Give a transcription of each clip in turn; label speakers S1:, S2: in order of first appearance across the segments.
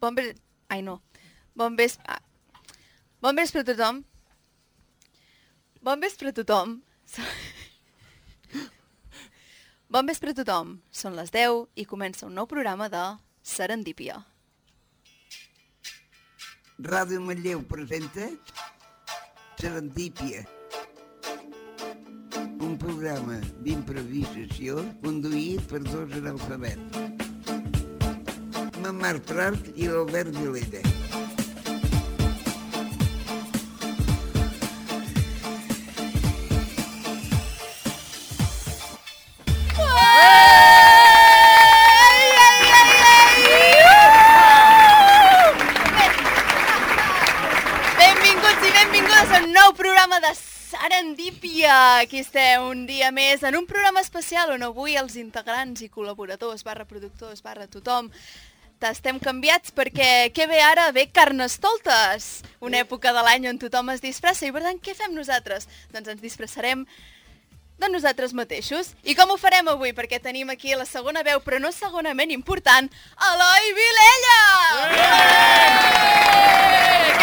S1: Bon vespre... Ai, no. Bon vespre... ah. Bon vespre a tothom. Bon vespre a tothom. Són- Bon vespre a tothom. Són les 10 i comença un nou programa de Serendípia.
S2: Ràdio Manlleu presenta Serendípia, un programa d'improvisació conduït per dos analfabets, la Marc Trart i l'Albert Vilera.
S1: Benvinguts i benvingudes a un nou programa de Serendípia. Aquí estem un dia més en un programa especial on avui els integrants i col·laboradors, barra productors, barra tothom, estem canviats perquè què ve ara? Ve Carnestoltes, una època de l'any on tothom es disfressa i per tant què fem nosaltres? Doncs ens disfressarem de nosaltres mateixos. I com ho farem avui? Perquè tenim aquí la segona veu, però no segonament important, Eloi Vilella! Yeah!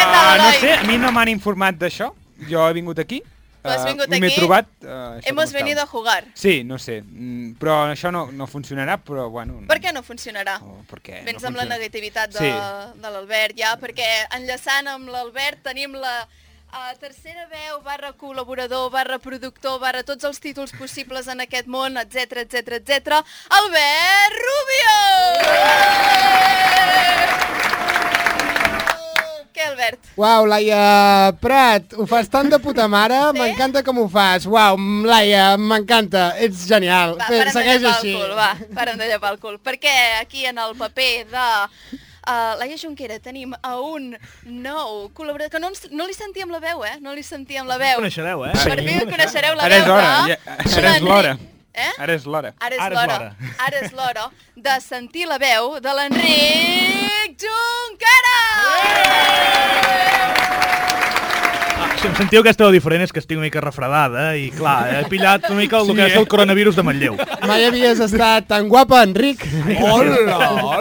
S1: Què tal,
S3: Ah,
S1: Eloi?
S3: no sé, a mi no m'han informat d'això. Jo he vingut aquí.
S1: Tu has
S3: eh,
S1: vingut
S3: M'he
S1: aquí.
S3: trobat... Uh,
S1: Hemos venido a jugar.
S3: Sí, no sé. Mm, Però això no, no funcionarà, però bueno...
S1: Per què no funcionarà?
S3: Oh, per què?
S1: Vens
S3: no
S1: amb la
S3: funciona.
S1: negativitat de,
S3: Sí.
S1: de l'Albert ja, perquè enllaçant amb l'Albert tenim la uh, tercera veu, barra col·laborador, barra productor, barra tots els títols possibles en aquest món, etc etc etc. Albert Rubio! Què, Albert?
S4: Uau, Laia Prat, ho fas tan de puta mare,
S1: Sí?
S4: m'encanta com ho fas. Uau, m- Laia, m'encanta, ets genial.
S1: Va,
S4: Bé,
S1: para'm de
S4: segueix
S1: llepar
S4: així.
S1: el cul, va, para'm de llepar el cul. Perquè aquí en el paper de uh, Laia Junquera tenim a un nou col·laborador, que no, ens, no li sentíem la veu, eh? No li sentíem la veu.
S5: coneixereu, eh?
S1: Per mi coneixereu la
S3: Ara és
S1: veu
S3: l'hora,
S1: de...
S3: ja- ara és
S1: l'Enric-
S3: l'hora.
S1: Eh?
S3: Ara és l'hora.
S1: Ara és
S5: Ara és
S1: l'hora.
S5: l'hora.
S1: Ara és l'hora de sentir la veu de l'Enric Junquera!
S5: Ah, si em sentiu aquesta veu diferent és que estic una mica refredada i clar, he pillat una mica el
S3: Sí,
S5: que és
S3: eh?
S5: el coronavirus de Manlleu.
S4: Mai havies estat tan guapa, Enric.
S5: hola!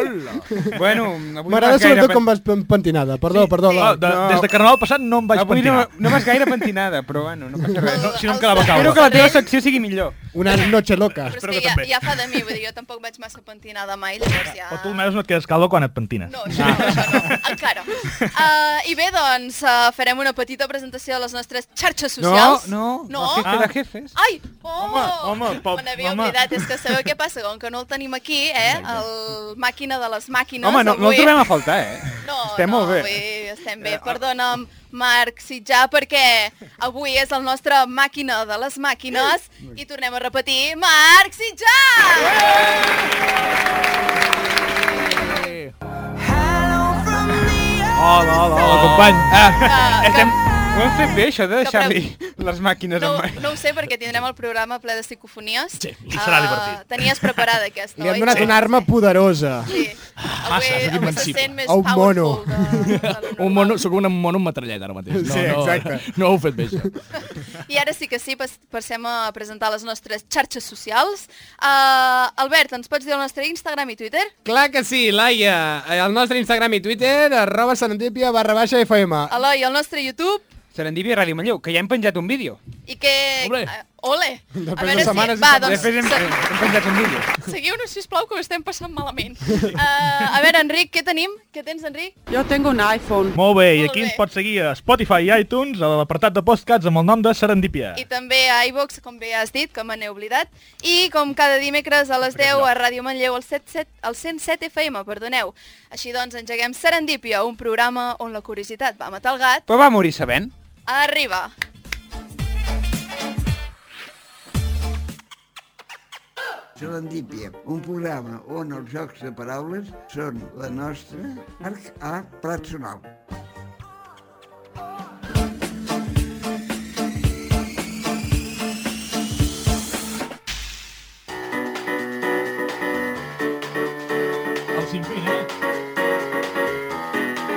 S3: Bueno, avui no
S4: M'agrada
S3: vas gaire...
S4: sobretot com vas pen- pentinada. Perdó, perdó.
S5: No,
S4: Laia.
S5: de,
S3: No.
S5: Des de Carnaval passat no em vaig
S3: Avui no,
S5: pentinar.
S3: no vas gaire pentinada, però bueno, no passa res.
S5: no, si no em
S1: El
S5: quedava
S1: cervell-
S3: Espero que la teva secció sigui millor.
S4: Una noche loca.
S1: Però
S5: Espero
S1: és
S5: que
S1: que ja,
S5: també.
S1: ja fa de mi, vull dir, jo tampoc vaig massa pentinada mai, llavors ja...
S5: O tu almenys no et quedes calvo quan et pentines. Ah,
S1: No, això no, això no, encara. Uh, I bé, doncs, uh, farem una petita presentació de les nostres xarxes socials.
S3: No, no,
S1: No?
S3: la festa
S5: Ah.
S3: de jefes.
S1: Ai, oh!
S5: Home, home, pop,
S1: Me n'havia
S5: home.
S1: oblidat, és que sabeu què passa? Com que no el tenim aquí, eh? El màquina de les màquines.
S3: Home, no, no el
S1: avui-
S3: trobem a faltar, eh?
S1: No,
S3: Estem
S1: no,
S3: molt bé. Eh, ah.
S1: Avui estem bé. Perdona'm, Marc, si ja, perquè avui és el nostre màquina de les màquines i tornem a repetir, Marc, si ja!
S3: Eh! Hola, hola, hola,
S5: oh, company.
S3: Ah,
S1: Que-
S3: estem... Ho hem fet bé, això de deixar-li les màquines
S1: No,
S3: en mà.
S1: no ho sé, perquè tindrem el programa ple de psicofonies.
S5: Sí, i serà
S1: Ah,
S5: divertit.
S1: Tenies preparada aquesta,
S4: Li hem
S1: oi?
S4: donat una arma poderosa.
S1: Sí. Avui,
S6: soc
S1: avui se
S6: invencible.
S1: sent més
S4: A un
S1: powerful
S4: mono.
S1: de- de lo
S6: Un
S1: normal.
S6: mono, sóc un mono amb metralleta ara mateix. No,
S4: Sí,
S6: no,
S4: exacte.
S6: No heu fet bé, això.
S1: I ara sí que sí, pas- passem a presentar les nostres xarxes socials. Uh, Albert, ens pots dir el nostre Instagram i Twitter?
S4: Clar que sí, Laia. El nostre Instagram i Twitter, arroba serendipia barra baixa FM.
S1: Eloi, el nostre YouTube?
S3: Serendipia Ràdio Manlleu, que ja hem penjat un vídeo.
S1: I que...
S6: Ole.
S1: Ah, ole.
S4: Després
S1: a
S4: de
S1: veure si...
S4: setmanes i
S1: Va,
S4: setmanes.
S1: doncs,
S3: Després hem,
S1: se-
S3: hem penjat un vídeo.
S1: seguiu-nos, sisplau, que ho estem passant malament. Uh, a veure, Enric, què tenim? Què tens, Enric?
S7: Yo tengo un iPhone.
S5: Molt bé, i
S1: Molt
S5: aquí
S1: bé.
S5: ens pots seguir a Spotify i iTunes a l'apartat de podcasts amb el nom de Serendipia.
S1: I també a iVox, com bé has dit, que me n'he oblidat. I com cada dimecres a les 10 a Ràdio Manlleu, al, 77, al 107 FM, perdoneu. Així doncs, engeguem Serendípia, un programa on la curiositat va matar el gat.
S3: Però va morir sabent.
S1: Arriba!
S2: Serendípia, un programa on els jocs de paraules són la nostra arc a plat sonal.
S5: Els infins, eh?
S3: Petit,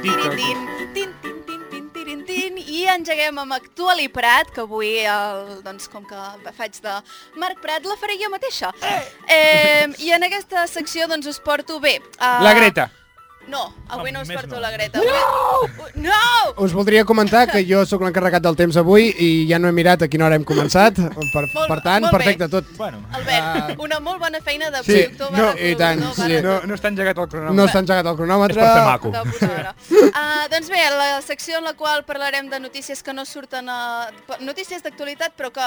S1: Tirin, tin, tin, tin, tin, tirin, tin. I engeguem farem amb Actual i Prat, que avui, el, doncs, com que faig de Marc Prat, la faré jo mateixa. Eh! Eh, I en aquesta secció doncs, us porto bé. Uh,
S3: La Greta.
S1: No, avui no us
S5: Més
S1: porto
S5: no.
S1: la Greta. No! No!
S4: Us voldria comentar que jo sóc l'encarregat del temps avui i ja no he mirat a quina hora hem començat. Per,
S1: Molt-
S4: per tant,
S1: molt bé.
S4: perfecte tot.
S5: Bueno,
S3: Ah.
S1: Albert, una molt bona feina de
S4: Sí,
S1: productor,
S4: no,
S1: barra
S4: i tant,
S1: productor,
S4: sí.
S1: barra
S3: No, no està engegat el cronòmetre.
S4: No s'ha engegat el cronòmetre.
S5: és per fer maco.
S1: De posada. Ah, doncs bé, la secció en la qual parlarem de notícies que no surten a... pa- notícies d'actualitat però que,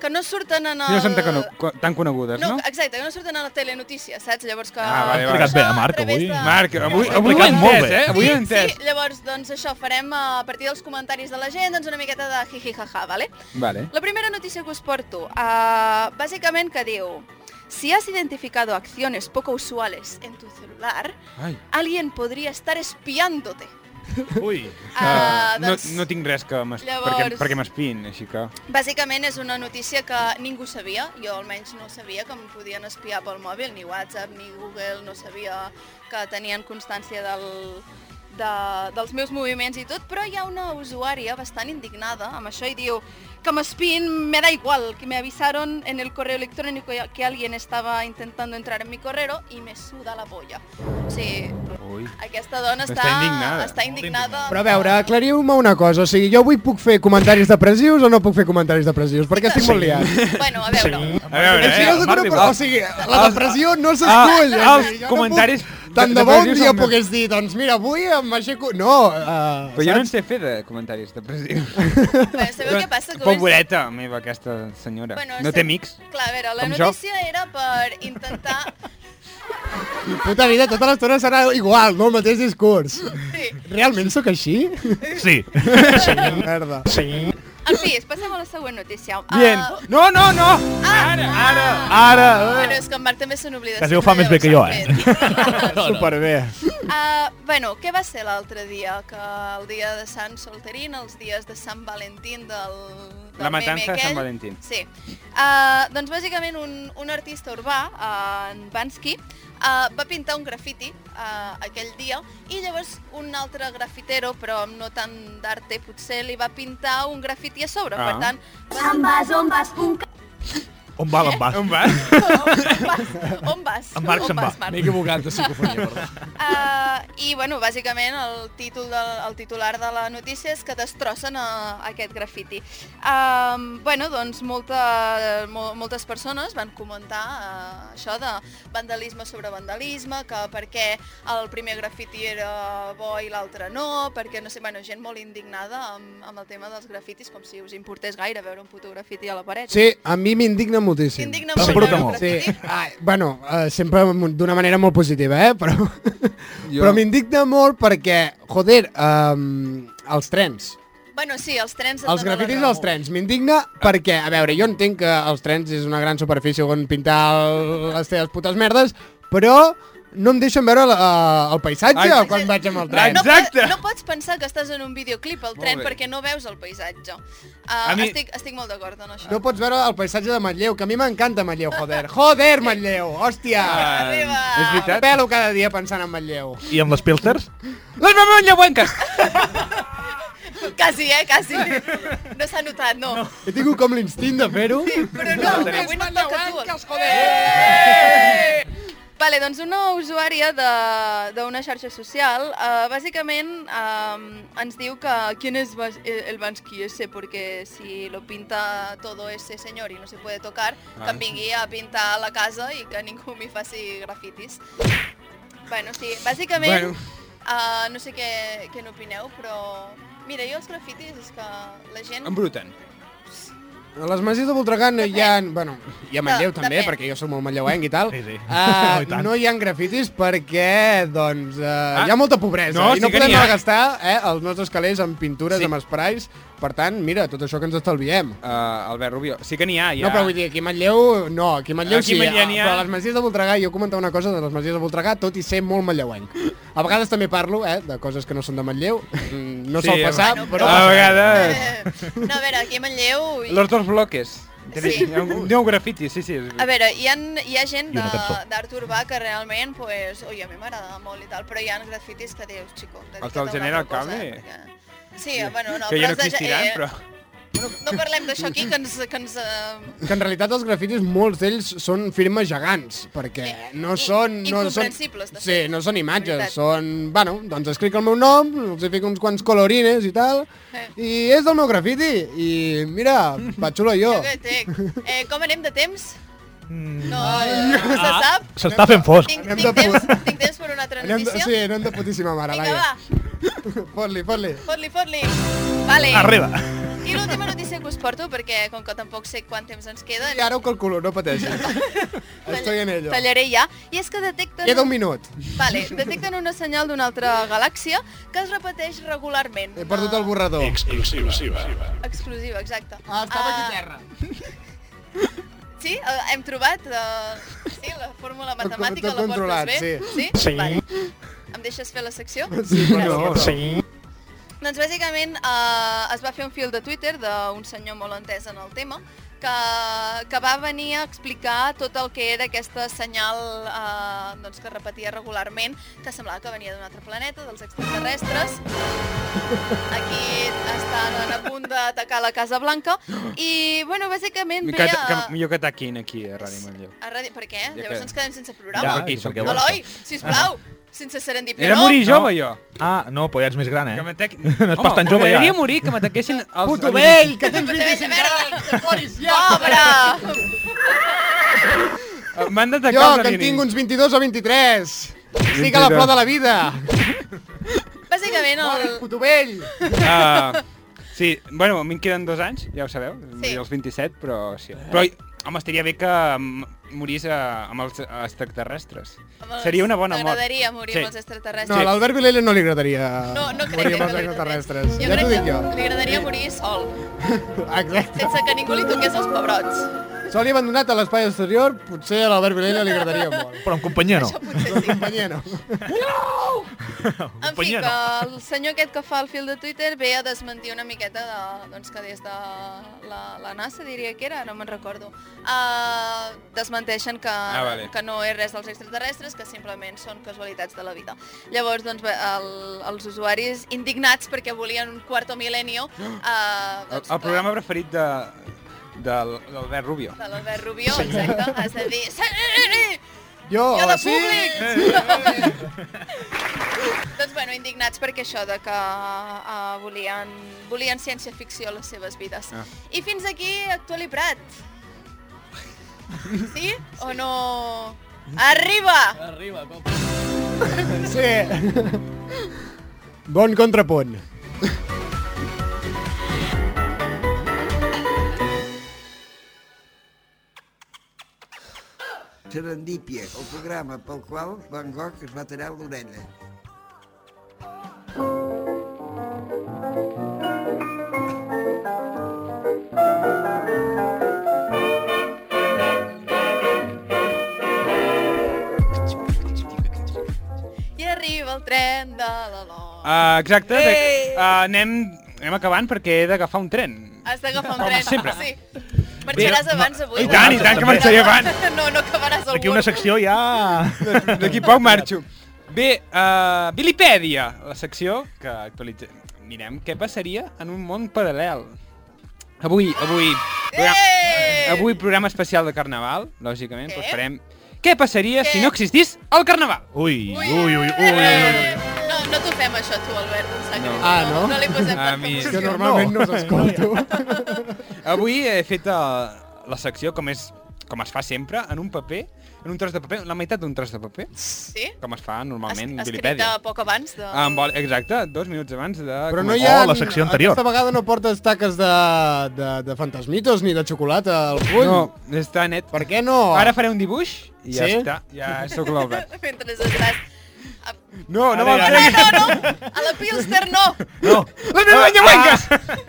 S1: que no surten en el...
S3: No són tan, cono tan conegudes,
S1: No, eh,
S3: no?
S1: exacte, que no surten a la telenotícia, saps? Llavors que...
S3: Ah, vale, vale.
S5: Explicat bé a
S1: Això,
S5: Marc,
S1: a través
S5: avui.
S1: de-
S3: Marc,
S1: Llavors,
S3: avui, avui ho he
S5: Explicant molt
S3: entès,
S5: bé.
S3: eh? Avui ho he entès.
S1: Sí, llavors, doncs això, farem eh, a partir dels comentaris de la gent, doncs una miqueta de hi-hi-ha-ha, vale?
S3: Vale.
S1: La primera noticia que os porto, ah, básicamente que diu, si has identificado acciones poco usuales en tu celular,
S3: Ai.
S1: alguien podría estar espiándote.
S5: ui.
S1: Ah,
S3: no,
S1: doncs,
S3: no tinc res que m'es-
S1: Llavors-
S3: perquè, perquè m'espin, així que...
S1: Bàsicament és una notícia que ningú sabia, jo almenys no sabia que em podien espiar pel mòbil, ni WhatsApp, ni Google, no sabia que tenien constància del, de, dels meus moviments i tot, però hi ha una usuària bastant indignada amb això i diu que m'espien, me da igual, que me avisaron en el correo electrónico que alguien estaba intentando entrar en mi correo y me suda la polla. O sigui,
S3: Ui.
S1: aquesta dona
S3: Està
S1: està,
S3: indignada.
S1: està indignada.
S4: Però a veure, aclariu-me una cosa, o sigui, jo avui puc fer comentaris depressius o no puc fer comentaris depressius? Perquè estic molt liat.
S1: Bueno, a veure.
S3: A veure,
S4: Si
S3: eh?
S4: no sóc una
S3: Marc,
S4: persona- o
S3: va.
S4: sigui, la depressió no s'escull.
S3: Ah, els
S4: o sigui, jo
S3: comentaris
S4: No puc, tant
S3: de-
S4: de bo un
S3: depressius
S4: dia
S3: són meus.
S4: pogués dir, doncs mira, avui em aixeco... No, uh,
S3: Però jo no en sé fer de comentaris depressius.
S1: Bé, sabeu què passa? Que ho he-
S3: Pobreta meva, Doncs, aquesta senyora.
S1: Bueno,
S3: no
S1: sap-
S3: té amics.
S1: Clar, a veure, la
S3: Com jo.
S1: notícia era per intentar...
S4: Puta vida, tota l'estona serà igual, no el mateix discurs.
S1: Sí.
S4: Realment sóc així?
S5: Sí.
S4: Merda.
S1: En fi, passem a la següent notícia. Ah,
S3: Bien. No, no, no! Ara, ara, ara!
S1: Bueno, és que en Marc també se n'oblida.
S5: Quasi
S1: sempre
S5: ho fa més
S1: de
S5: bé que jo, eh?
S1: Sanfred.
S4: Superbé.
S1: Ah, bueno, què va ser l'altre dia? Que el dia de Sant Solterín, els dies de Sant Valentín del... del
S3: La matança
S1: meme
S3: de Sant
S1: aquell.
S3: Valentín.
S1: Sí. Uh, doncs bàsicament un, un artista urbà, uh, en Bansky, uh, va pintar un grafiti uh, aquell dia i llavors un altre grafitero, però amb no tant d'arte potser, li va pintar un grafiti a sobre.
S3: Ah.
S1: Per tant,
S5: On va l'envàs?
S3: On va?
S1: on vas?
S5: En Marc
S1: on
S5: se'n
S1: vas,
S5: va.
S6: M'he equivocat de psicofonia, perdó.
S1: Uh, I, bueno, bàsicament el, títol del, el titular de la notícia és que destrossen a, aquest grafiti. Um, bueno, doncs molta, mo, moltes persones van comentar uh, això de vandalisme sobre vandalisme, que per què el primer grafiti era bo i l'altre no, perquè, no sé, bueno, gent molt indignada amb, amb el tema dels grafitis, com si us importés gaire veure un puto grafiti a la paret.
S4: Sí, a mi m'indigna moltíssim.
S1: Indigna
S5: Em
S1: molt
S5: bruta
S1: veure un
S5: molt.
S4: Sí,
S1: grafiti.
S4: ah, bueno, eh, sempre amb- d'una manera molt positiva, eh? Però,
S3: Jo-
S4: però m'indigna molt perquè, joder, um, els trens.
S1: Bueno, sí, els trens... et
S4: Els
S1: donen la
S4: grafitis
S1: raó.
S4: dels trens. M'indigna perquè, a veure, jo entenc que els trens és una gran superfície on pintar el, les teves putes merdes, però no em deixen veure el, el paisatge
S3: Ai,
S4: quan
S1: sí.
S4: vaig amb el
S3: Ai,
S4: tren.
S1: No,
S3: Exacte.
S1: po- no pots pensar que estàs en un videoclip al tren
S3: bé.
S1: perquè no veus el paisatge.
S3: A
S1: Uh,
S3: mi-
S1: mi... estic, estic molt d'acord en això.
S4: No pots veure el paisatge de Manlleu, que a mi m'encanta Manlleu, joder. Joder, Manlleu, hòstia!
S3: Ah,
S1: Arriba.
S3: és veritat?
S4: Pelo cada dia pensant en Manlleu.
S5: I amb les pilsters?
S3: Les mames lleuenques!
S1: Quasi, eh? Quasi. No s'ha notat, no. no.
S4: He tingut com l'instint de fer-ho.
S1: Però no, avui no et toca a tu. Vale, doncs una usuària de- d'una xarxa social uh, bàsicament um, ens diu que ¿Quién es Bas- eh, el Bansky ese? Porque si lo pinta todo ese señor y no se puede tocar, que em vingui a pintar la casa i que ningú m'hi faci grafitis. Bueno, sí, bàsicament,
S3: Bueno.
S1: uh, no sé què, què n'opineu, però... Mira, jo els grafitis és que la gent...
S3: Embruten.
S4: A les Masies de Voltregà no hi ha... Bueno, hi ha Manlleu
S1: No,
S4: també,
S1: depèn.
S4: perquè jo sóc molt manlleuenc i tal.
S5: Sí, sí.
S4: Ah,
S5: No, i tant.
S4: no hi ha grafitis perquè, doncs, uh, hi ha molta pobresa.
S3: Ah. No,
S4: I no
S3: sí que
S4: podem
S3: n'hi ha.
S4: malgastar eh, els nostres calés amb pintures,
S3: Sí.
S4: amb esprais. Per tant, mira, tot això que ens estalviem.
S3: Uh, Albert Rubio, sí que n'hi ha, ja.
S4: No, però vull dir, aquí a Manlleu, no, aquí a Manlleu
S3: Aquí a
S4: sí, eh,
S3: Manlleu n'hi ha.
S4: però a les Masies de Voltregà, jo comentava una cosa de les Masies de Voltregà, tot i ser molt manlleuenc. A vegades també parlo, eh, de coses que no són de Manlleu, Mm, no
S3: Sí,
S4: sol passar,
S1: bueno,
S4: però...
S1: però-
S3: A vegades...
S1: Eh, no, a veure, aquí a Manlleu...
S3: Los dos bloques.
S1: Sí.
S3: Sí. Deu grafitis, sí, sí. és
S1: A veure, hi ha, hi ha gent
S5: I una cançó.
S1: de- d'art urbà que realment, pues, oi, a mi m'agrada molt i tal, però hi ha grafitis que dius, xico,
S3: Els del
S1: dedica't a una
S3: General
S1: altra cosa,
S3: Cable?
S1: perquè- Sí, bueno, no,
S3: que ja no
S1: has de- eh,
S3: existiran,
S4: eh,
S3: però...
S1: No parlem d'això aquí, que ens... Que ens eh,
S4: Que en realitat els grafitis, molts d'ells són firmes gegants, perquè
S1: Sí,
S4: no
S1: i-
S4: són... No són,
S1: incomprensibles, de
S4: sí,
S1: fet,
S4: no són
S1: la
S4: imatges,
S1: veritat.
S4: són... Bueno, doncs escric el meu nom, els hi fico uns quants colorines i tal,
S1: Eh.
S4: i és del meu grafiti, i mira, patxulo jo.
S1: jo què tinc? Eh, com anem de temps?
S5: Mm,
S1: No, eh, se
S3: Ah.
S1: sap?
S5: S'està fent fosc.
S1: Tinc,
S4: Ah. Anem
S1: tinc,
S4: de
S1: temps,
S4: pu-
S1: tinc temps per una altra
S4: Anem de,
S1: notícia?
S4: sí, anem de putíssima mare,
S1: Vinga,
S4: Laia.
S1: va,
S4: Fot-li, fot-li.
S1: fot-li, fot-li. Vale.
S5: Arriba.
S1: I l'última notícia que us porto, perquè com que tampoc sé quant temps ens queda...
S4: I ara ho calculo, no pateixis.
S1: tall-
S4: Estoy en ello.
S1: Tallaré ja. I és que detecten...
S4: Queda un minut.
S1: Vale, detecten una senyal d'una altra galàxia que es repeteix regularment.
S4: He perdut el borrador.
S1: Ah, Exclusiva, exacte.
S4: Ah, estava
S1: Ah,
S4: aquí terra.
S1: Sí, eh, hem trobat eh, sí, la fórmula matemàtica,
S4: tot
S1: la portes
S4: controlat,
S1: bé? Sí. sí? Vale. Em deixes fer la secció?
S4: Sí, perdó.
S1: Doncs bàsicament eh, es va fer un fil de Twitter d'un senyor molt entès en el tema que, que va venir a explicar tot el que era aquesta senyal eh, doncs que repetia regularment, que semblava que venia d'un altre planeta, dels extraterrestres. Aquí estan en a punt d'atacar la Casa Blanca. I, bueno, bàsicament
S3: Que,
S1: veia...
S3: que, millor que taquin aquí a Ràdio Manlleu.
S1: A ràdio... Per què?
S6: Ja
S1: Llavors
S6: que-
S1: ens quedem sense
S6: Ja,
S1: programa.
S6: perquè- perquè
S1: Ja,
S6: vols.
S1: Eloi, sisplau, sense serendipia.
S3: Era
S1: no?
S3: morir jove, jo.
S5: Ah, no, però ja ets més gran,
S3: Que
S5: eh?
S3: m'ataquin...
S5: No és pas tan jove, ja.
S3: m'agradaria morir, que m'ataquessin els...
S4: Puto vell, que tens
S1: Vés a
S4: 25
S1: veure-
S4: anys, que moris ja!
S1: Pobre!
S3: Eh, M'han d'atacar els
S4: Jo, que en
S3: alienígenes.
S4: tinc uns 22 o 23. Estic a la flor de la vida.
S1: Bàsicament,
S4: Mare,
S1: el...
S4: puto vell.
S3: Ah, sí, bueno, a mi em queden dos anys, ja ho sabeu,
S1: Sí.
S3: sí. els 27, però
S5: Eh?
S3: sí. Però, home, estaria bé que mm, morís a, amb els extraterrestres.
S1: Amb els-
S3: Seria una bona mort.
S1: M'agradaria morir sí. amb els
S4: No,
S1: extraterrestres.
S4: a l'Albert Vilella no li agradaria
S1: no, no crec
S4: morir
S1: que
S4: amb els
S1: li agradi.
S4: extraterrestres.
S1: Jo
S4: Ja t'ho
S1: crec
S4: dic
S1: que
S4: jo.
S1: li agradaria morir sol,
S4: Exacte.
S1: sense que ningú li toqués els pebrots.
S4: Sol i abandonat a l'espai exterior, potser a l'Albert Vilella li agradaria molt.
S5: Però en companyia no.
S1: Això potser sí.
S4: Companyia, no?
S1: En fi,
S5: Companyia
S1: que
S5: no.
S1: el senyor aquest que fa el fil de Twitter ve a desmentir una miqueta de, doncs, que des de la, la NASA, diria que era, no me'n recordo, uh, desmenteixen que, ah,
S3: vale.
S1: que no és res dels extraterrestres, que simplement són casualitats de la vida. Llavors, doncs, bé, el, els usuaris indignats perquè volien un quarto milenio... Uh,
S3: El,
S1: doncs,
S3: el programa preferit de, de l'Albert Rubio.
S1: de l'Albert Rubió, exacte, has de dir... "Sí!"
S4: Jo,
S1: Jo de
S4: Oh, sí?
S1: públic! doncs bueno, indignats perquè això de que uh, volien, volien ciència-ficció a les seves vides.
S3: Ah.
S1: I fins aquí Actual i Prat. Sí o no? Arriba!
S6: Arriba, cop.
S4: Sí. Bon contrapunt.
S2: Serendípia, el programa pel qual Van Gogh es va tallar l'orella.
S1: I arriba el tren de l'Aló.
S3: Uh, exacte, de,
S1: Ei!
S3: uh, anem, anem acabant perquè he d'agafar un tren.
S1: Has d'agafar un
S3: Com
S1: tren.
S3: sempre.
S1: Sí. Marxaràs abans avui.
S3: I tant, i tant, que marxaré
S1: No, no acabaràs al
S5: Aquí una
S1: Word.
S5: secció ja...
S1: Ah,
S3: D'aquí poc marxo. Bé, uh, Vilipèdia, la secció que actualitzem. Mirem què passaria en un món paral·lel. Avui, avui... programa-
S1: Ei!
S3: Avui programa especial de Carnaval, lògicament,
S1: Què?
S3: doncs farem... Què passaria
S1: Què?
S3: si no existís el Carnaval?
S5: Ui, ui, ui, ui, ui.
S1: Eh, No, no t'ho fem això tu, Albert, em sap greu.
S4: Ah, no?
S1: No li posem
S3: A
S1: tanta
S3: mi-
S1: emoció.
S4: Que normalment no us escolto.
S3: Avui he fet eh, la secció, com, és, com es fa sempre, en un paper, en un tros de paper, la meitat d'un tros de paper,
S1: Sí?
S3: com es fa normalment
S1: Es-
S3: en
S1: Escrita
S3: Vilipèdia.
S1: poc abans de...
S3: Amb, oli- exacte, dos minuts abans de...
S4: Però
S3: començar.
S4: no hi ha...
S5: Oh, la secció anterior.
S4: Aquesta vegada no portes taques de, de, de fantasmitos ni de xocolata al puny.
S3: No, està net.
S4: Per què no?
S3: Ara faré un dibuix i ja
S4: Sí?
S3: està. Ja sóc l'Albert.
S1: Mentre estàs...
S3: No, no
S5: Ara,
S3: me'l
S5: ara.
S1: No,
S3: tregui.
S1: no, no! A la Pilster no!
S5: No,
S3: La meva llevenca!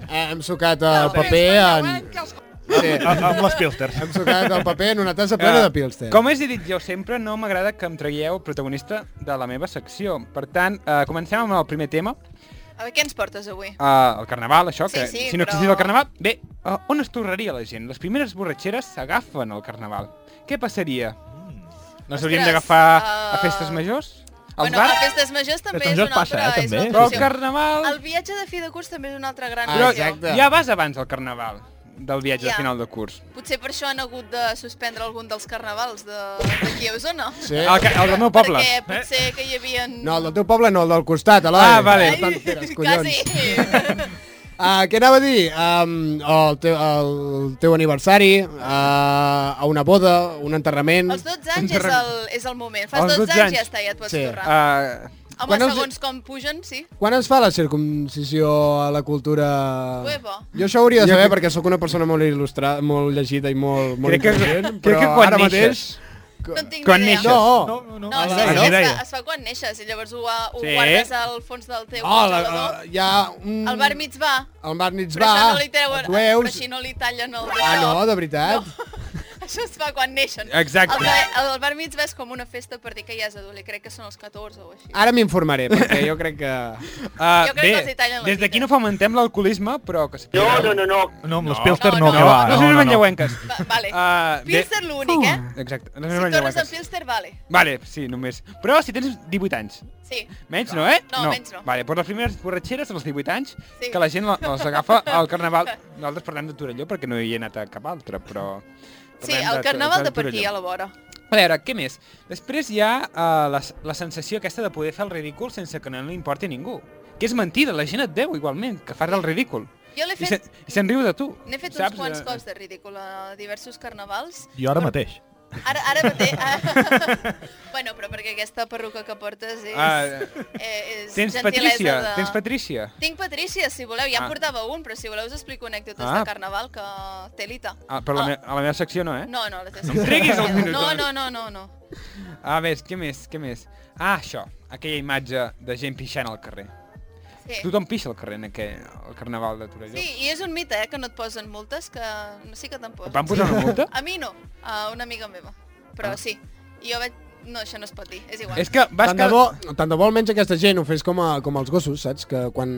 S4: Eh, hem sucat el paper en... Sí,
S5: Ah, amb amb les Pilsters.
S4: hem sucat el paper en una tassa plena de Pilster.
S3: Com he dit jo sempre, no m'agrada que em tragueu protagonista de la meva secció. Per tant, eh, comencem amb el primer tema,
S1: A veure, què ens portes avui?
S3: Uh, el carnaval, això,
S1: Sí,
S3: que
S1: sí,
S3: si no existís
S1: però-
S3: el carnaval... Bé, uh, on es tornaria la gent? Les primeres borratxeres s'agafen al carnaval. Què passaria? Nos hauríem
S1: Ostres,
S3: d'agafar
S1: eh,
S3: a festes majors?
S1: Els bueno,
S3: bar-
S1: a Festes Majors també
S6: Festes
S1: és
S6: Majors
S1: una
S6: passa,
S1: altra...
S6: eh,
S1: és
S6: també,
S1: una
S6: sí,
S1: altra
S3: Però el
S6: sí.
S1: opció.
S3: carnaval...
S1: El viatge de fi de curs també és una altra gran
S4: Ah,
S1: opció.
S4: exacte.
S3: Ja vas abans del carnaval, del
S1: Ja.
S3: viatge de final de curs.
S1: Potser per això han hagut de suspendre algun dels carnavals de- d'aquí a Osona.
S4: Sí.
S3: El, ca- el del meu poble.
S1: Perquè potser que hi havia...
S4: No, el del teu poble no, el del costat, Eloi.
S3: Ah, vale.
S4: Per tant, Teres, collons.
S1: Quasi.
S4: Uh, què anava a dir? Um, el, teu, el teu aniversari, uh, a una boda, un enterrament...
S1: Als 12 anys és el, és el moment. Fas
S3: Als
S1: 12, anys i
S3: 12
S1: ja
S3: anys.
S1: està, ja et pots
S4: Sí. Ah.
S1: sí. torrar.
S3: Uh,
S1: Home,
S4: Quan els-
S1: segons com pugen, sí.
S4: Quan es fa la circumcisió a la cultura...
S1: Huevo.
S4: Jo això ho hauria de saber perquè sóc una persona molt il·lustrada, molt llegida i molt, molt
S3: Crec que-
S4: intel·ligent,
S3: crec
S4: però
S3: que quan
S4: ara
S3: neixes.
S1: No en tinc
S3: Quan
S1: ni idea.
S3: neixes.
S4: mateix... No!
S5: No, no,
S1: No,
S5: no.
S1: sí,
S4: Ah,
S1: sí,
S4: no?
S1: es, fa, es fa quan neixes i llavors ho, ho
S3: Sí.
S1: guardes al fons del teu
S4: Oh, la, la,
S1: congelador.
S4: hi ha un...
S1: El bar mitzvà.
S4: El bar mitzvà.
S1: Però això no li treuen,
S4: et veus?
S1: però així no li tallen el d'això.
S4: Ah, no, de veritat?
S1: Això es fa quan neixen.
S3: Exacte.
S1: El, de- el, el bar mitzvà és com una festa per dir que ja és adult, i crec que són els 14 o així.
S4: Ara m'informaré, perquè jo crec que...
S3: uh,
S1: Jo crec que els hi
S3: bé,
S1: tallen la
S3: des d'aquí
S1: vida.
S3: no fomentem l'alcoholisme, però que sapigueu...
S7: No, no, no, no.
S5: No, amb les Pilster
S1: No,
S5: no,
S1: no,
S5: que va.
S3: no, no, no, no.
S1: Va, vale.
S3: Ah, bé.
S1: Pilster l'únic, eh?
S3: Exacte. No
S1: Si tornes amb Pilster, vale.
S3: Vale, sí, només. Però si tens 18 anys.
S1: Sí.
S3: Menys no, eh?
S1: No, menys no.
S3: Vale, doncs les primeres borratxeres als 18 anys,
S1: Sí.
S3: sí. que la gent la- les agafa al carnaval. Nosaltres parlem de Torelló perquè no hi he anat a cap altre, però...
S1: Sí,
S3: parlem
S1: el carnaval de per
S3: Torelló.
S1: aquí, a la vora.
S3: A veure, què més? Després hi ha uh, la, la sensació aquesta de poder fer el ridícul sense que no li importi a ningú. Que és mentida, la gent et veu igualment, que fas el ridícul.
S1: Jo l'he
S3: I
S1: fet...
S3: se- I se'n riu de tu.
S1: N'he fet uns
S3: saps?
S1: quants
S3: Eh,
S1: cops de ridícul a diversos carnavals.
S5: Jo ara mateix.
S1: Ara, ara mateix... Ara... bueno, però perquè aquesta perruca que portes és...
S3: Ah,
S1: eh, és
S3: Tens
S1: gentilesa
S3: Patrícia,
S1: de...
S3: tens Patrícia.
S1: Tinc Patrícia, si voleu. Ja en
S3: Ah.
S1: portava un, però si voleu us explico anècdotes
S3: Ah.
S1: de carnaval que... Telita.
S3: Ah, però la
S1: Ah.
S3: me- a la meva secció no, eh?
S1: No, no, les
S3: No em treguis el minut. eh.
S1: No, no, no, no, no.
S3: A veure, què més, què més? Ah, això, aquella imatge de gent pixant al carrer.
S1: Sí.
S3: Tothom pixa al carrer en aquell el carnaval de Torelló.
S1: sí, i és un mite, eh, que no et posen multes, que no sé que te'n
S3: Et
S1: posen.
S3: van posar una multa?
S1: A mi no, a una amiga meva. Però ah. sí, i jo vaig... No, això no es pot dir, és igual.
S3: És que vas
S4: Tant de, bo, tant de bo almenys aquesta gent ho fes com, a, com els gossos, saps? Que quan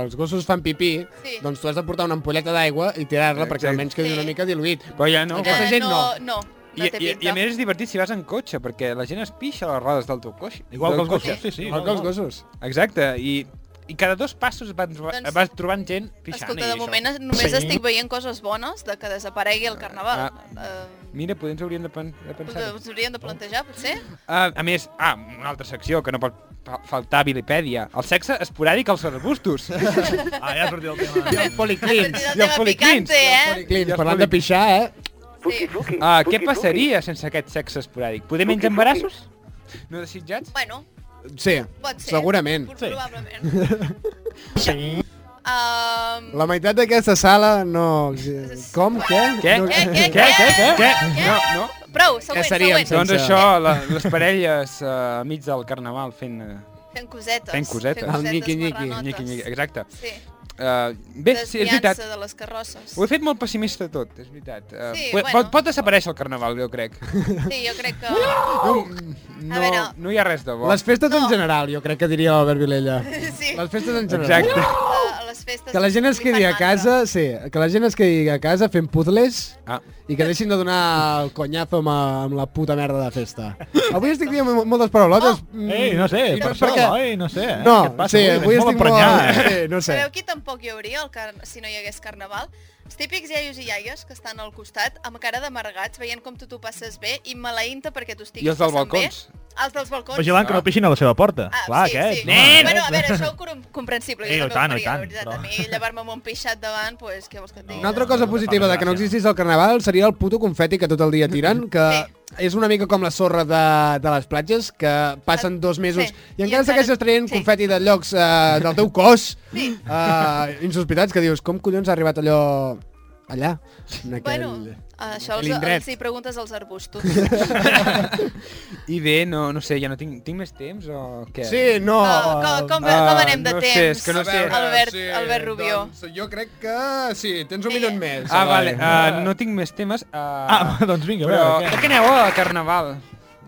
S4: els gossos fan pipí,
S1: Sí.
S4: doncs tu has de portar una ampolleta d'aigua i tirar-la perquè
S3: Exacte.
S4: almenys quedi una
S1: Sí.
S4: mica diluït.
S3: Però ja no.
S4: Aquesta
S1: Eh,
S4: gent
S1: no, no, no
S3: I,
S1: té
S3: i,
S1: pinta.
S3: I a més és divertit si vas en cotxe, perquè la gent es pixa a les rodes del teu coix.
S5: Igual
S3: del
S5: que els
S3: cotxe.
S5: gossos. Sí, sí.
S4: Igual que els gossos.
S3: Exacte, i, i cada dos passos vas, doncs, vas trobant gent pixant.
S1: Escolta,
S3: i
S1: de
S3: això.
S1: moment es- només sí. estic veient coses bones de que desaparegui el carnaval.
S3: Ah.
S1: Ah.
S3: Mira, potser ens hauríem de, pen de pensar.
S1: Uh, us hauríem de plantejar, potser?
S3: Uh, a més, ah, una altra secció que no pot fa- faltar a Vilipèdia. El sexe esporàdic als arbustos.
S5: Ah, ja ha sortit el tema.
S1: Clins.
S3: I els
S1: El tema
S3: policlins.
S1: picante, eh?
S4: Clint,
S3: Ja es
S4: parlant de
S3: poden-
S4: pixar, eh?
S1: Sí.
S3: Ah, què passaria sense aquest sexe esporàdic? Poder menjar embarassos? No desitjats?
S1: Bueno,
S4: Sí,
S1: pot ser.
S4: segurament.
S1: Pro- Probablement. Sí. Um,
S4: La meitat d'aquesta sala no... Com? Què?
S3: Què?
S4: No,
S1: Què, què,
S3: Què? Què? Què?
S1: què?
S3: Què? No, no.
S1: prou, següent,
S4: seríem,
S1: següent.
S4: Sense-
S3: Doncs això, la, les parelles eh, a mig del carnaval fent... eh,
S1: Fent cosetes.
S3: Fent cosetes.
S1: Fent
S3: El
S1: cosetes
S4: nyiqui-nyiqui,
S1: marranotes.
S3: Nyiqui, nyiqui, exacte.
S1: Sí,
S3: Uh, bé, sí, és veritat.
S1: desviança de les carrosses.
S3: Ho he fet molt pessimista tot, és veritat. Uh,
S1: Sí,
S3: pot,
S1: bueno.
S3: pot desaparèixer el carnaval, jo crec.
S1: Sí, jo crec que... No!
S4: No,
S1: A
S3: No,
S1: veure.
S3: no hi ha res de bo.
S4: les festes en
S1: No.
S4: general, jo crec que diria l'Albert Vilella.
S1: Sí,
S4: Les festes en general.
S3: Exacte.
S1: a les festes...
S4: Que la gent es
S1: li
S4: quedi
S1: fan
S4: a casa, sí, que la gent es quedi a casa fent puzzles
S3: Ah.
S4: i que deixin de donar el conyazo amb, amb la puta merda de festa. Avui estic dient mo- moltes paraulotes. mm,
S5: Oh. Ei, no sé, per això,
S4: perquè-
S5: oi, no sé. eh?
S4: No,
S5: Què et passa
S4: sí, avui estic
S5: Vens
S4: molt...
S5: emprenyat, eh?
S4: Sí, no sé.
S1: Sabeu qui tampoc hi hauria el car... si no hi hagués carnaval? Els típics iaios i iaies que estan al costat amb cara d'amargats veient com tu t'ho passes bé i maleïnta perquè tu estiguis
S3: I els dels
S1: passant
S3: balcons.
S1: Bé. Els dels balcons.
S5: Vigilant que no pixin a la seva porta.
S1: Ah,
S5: Clar,
S1: sí,
S5: aquest.
S1: sí.
S5: no,
S1: Nen!
S5: no,
S1: Bueno, a
S5: no.
S1: veure, això ho com- comprensible.
S5: Ei,
S1: jo
S5: Eh,
S1: també ho
S5: i tant, i
S1: faria,
S5: tant,
S1: la veritat.
S5: però-
S1: A mi llevar-me amb un pixat davant, pues, què vols que et digui?
S4: Una altra cosa positiva de que no existís el carnaval seria el puto confeti que tot el dia tiren, que és una mica com la sorra de, de les platges, que passen dos mesos
S1: Ah, Sí.
S4: i encara segueixes traient
S1: sí.
S4: confeti de llocs eh, del teu cos
S1: Sí.
S4: eh, insospitats, que dius, com collons ha arribat allò allà, en aquell...
S1: Bueno, això els,
S4: L'indret.
S1: els hi preguntes als arbustos.
S3: I bé, no, no sé, ja no tinc, tinc més temps o què?
S4: Sí, no.
S1: Ah, com, com, com anem de
S3: no sé,
S1: temps?
S3: és que no sé.
S1: Albert, Albert Rubió.
S4: Doncs, jo crec que sí, tens un
S1: Sí.
S4: minut més.
S3: Ah, vale, uh, no tinc més temes. Uh,
S5: Ah, doncs vinga, a
S3: però...
S5: veure,
S3: Per què aneu al carnaval?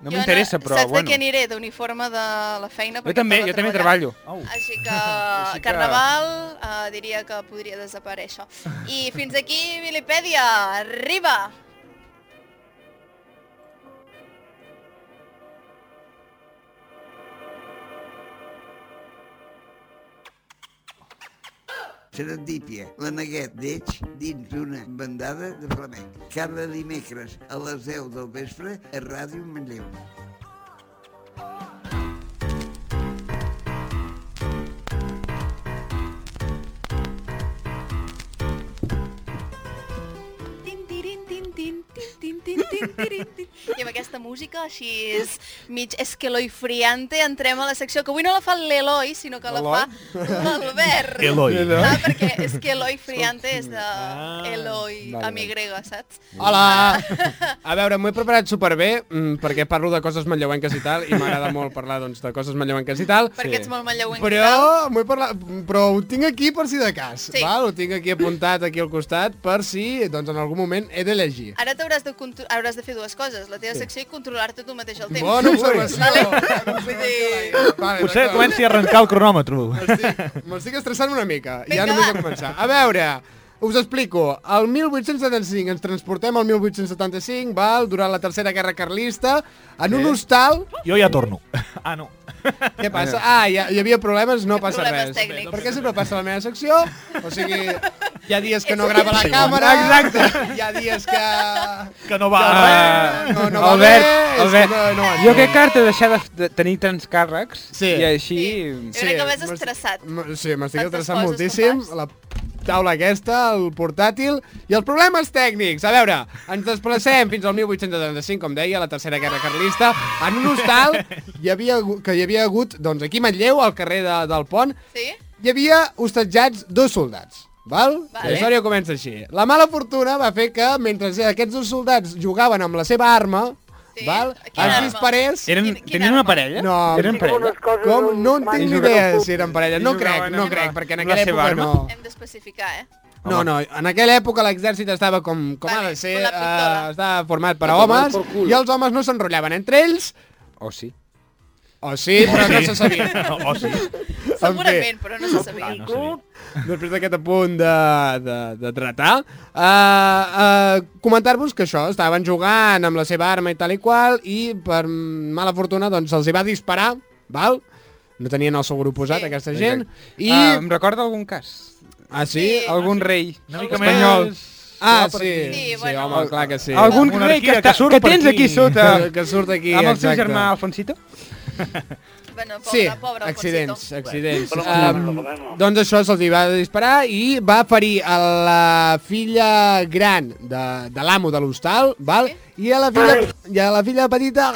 S3: No m'interessa, però
S1: Saps
S3: bueno.
S1: de què aniré? D'uniforme de la feina?
S3: Jo
S1: perquè
S3: també,
S1: torno a
S3: jo també
S1: treballar.
S3: treballo.
S1: Així que,
S3: que-
S1: Carnaval, eh, diria que podria desaparèixer. I fins aquí, Vilipèdia, arriba!
S2: Serendípia, la neguet d'Eix dins d'una bandada de flamenc. Cada dimecres a les 10 del vespre a Ràdio Manlleu.
S1: Tin, tirin, tin, tin, tin, tin, tin, tin, tirin, tin. I amb aquesta música així és mig esqueloi friante entrem a la secció que avui no la fa l'Eloi, sinó que la
S3: Eloi?
S1: fa l'Albert.
S5: Eloi.
S3: Eloi.
S1: Ah, perquè és que Eloi friante és de Eloi
S3: vale,
S1: amb Y, saps?
S4: Hola! A veure, m'ho he preparat superbé mm, perquè parlo de coses manlleuenques i tal i m'agrada molt parlar doncs, de coses manlleuenques i tal.
S1: Perquè ets molt manlleuenc.
S4: Però,
S1: Cal.
S4: m'ho he parlat, però ho tinc aquí per si de cas,
S1: Sí.
S4: val? Ho tinc aquí apuntat aquí al costat per si doncs, en algun moment he d'elegir.
S1: Ara t'hauràs de, contro- hauràs de fer dues coses, la teva secció i controlar-te tu mateix el temps.
S4: Bona observació!
S1: Vull dir,
S4: Vale,
S5: Potser
S4: d'acord.
S5: comenci a arrencar el cronòmetre.
S4: Estic- M'estic estressant una mica.
S1: Vinga,
S4: ja només
S1: va.
S4: a començar. A veure, us explico. El 1875 ens transportem al 1875, val, durant la Tercera Guerra Carlista, en un hostal...
S5: Jo ja torno. Ah, no.
S4: Què passa? Ah, hi, ha- hi havia problemes, no passa
S1: Problemes
S4: res.
S1: tècnics.
S4: Per què sempre passa a la meva secció? O sigui, hi ha dies que no grava la
S1: Sí,
S4: càmera,
S3: exacte.
S4: hi ha dies que...
S5: Que no va...
S3: Ah,
S4: no, no va
S3: Albert,
S4: bé, és
S3: Albert,
S4: que no- no va
S3: jo
S4: bé.
S3: crec que ara t'he deixat de, de tenir tants càrrecs
S4: Sí.
S3: i així...
S1: Sí. Jo crec que m'has estressat.
S4: m- Sí, m'estic
S1: Tantes
S4: estressant
S1: coses que
S4: moltíssim.
S1: fas.
S4: La taula aquesta, el portàtil i els problemes tècnics. A veure, ens desplacem fins al 1875, com deia, a la Tercera Guerra Carlista, en un hostal hi havia, hagu- que hi havia hagut, doncs aquí a Manlleu, al carrer de, del Pont,
S1: sí?
S4: hi havia hostatjats dos soldats. Val?
S1: Vale.
S4: La història comença així. La mala fortuna va fer que, mentre aquests dos soldats jugaven amb la seva arma,
S1: Sí?
S4: val,
S1: Quina
S4: els
S1: arma?
S4: disparers...
S3: Eren,
S1: Quin- quin
S3: tenien
S1: arma?
S3: una parella?
S4: No.
S3: Eren parella?
S4: Com? No en tinc ni idea si eren parella.
S3: I
S4: No
S3: jugaven
S4: crec, no
S3: amb-
S4: crec, perquè en
S3: amb la
S4: aquella
S3: seva
S4: època
S3: arma?
S4: no...
S1: Hem d'especificar, eh?
S4: No, no, en aquella època l'exèrcit estava com, com
S1: Vale,
S4: ha de ser,
S1: una pistola.
S4: eh, estava format per a homes, i els homes no s'enrotllaven entre ells,
S3: O Oh, sí.
S4: o sí, però no se sabia.
S5: No, o Ah. Oh, sí.
S1: Segurament, però no se sabia.
S5: Ah, no sabia.
S4: Després d'aquest apunt de, de, de tratar, uh, uh, comentar-vos que això, estaven jugant amb la seva arma i tal i qual, i per mala fortuna doncs se'ls hi va disparar, val? No tenien el seu grup posat,
S1: Sí.
S4: aquesta gent.
S3: I...
S4: I...
S3: Ah, em recorda algun cas.
S4: ah sí?
S1: Sí.
S3: Algun rei
S5: Una mica
S3: espanyol.
S5: més...
S4: Ah,
S5: per
S4: sí,
S5: aquí.
S1: Sí,
S4: sí,
S1: bueno.
S4: home, clar que sí.
S3: Algun
S5: La
S3: rei que,
S5: monarquia
S3: està,
S5: que surt
S3: que
S5: per
S3: tens
S5: aquí.
S3: aquí sota.
S4: que, que surt aquí,
S3: Amb el seu
S4: exacte.
S3: germà Alfonsito?
S1: Bueno, pobre,
S4: Sí,
S1: pobre,
S4: accidents,
S1: Alfonsito.
S4: accidents. Um, doncs això se'ls hi va disparar i va ferir a la filla gran de, de l'amo de l'hostal, val? I a la filla, i a la filla petita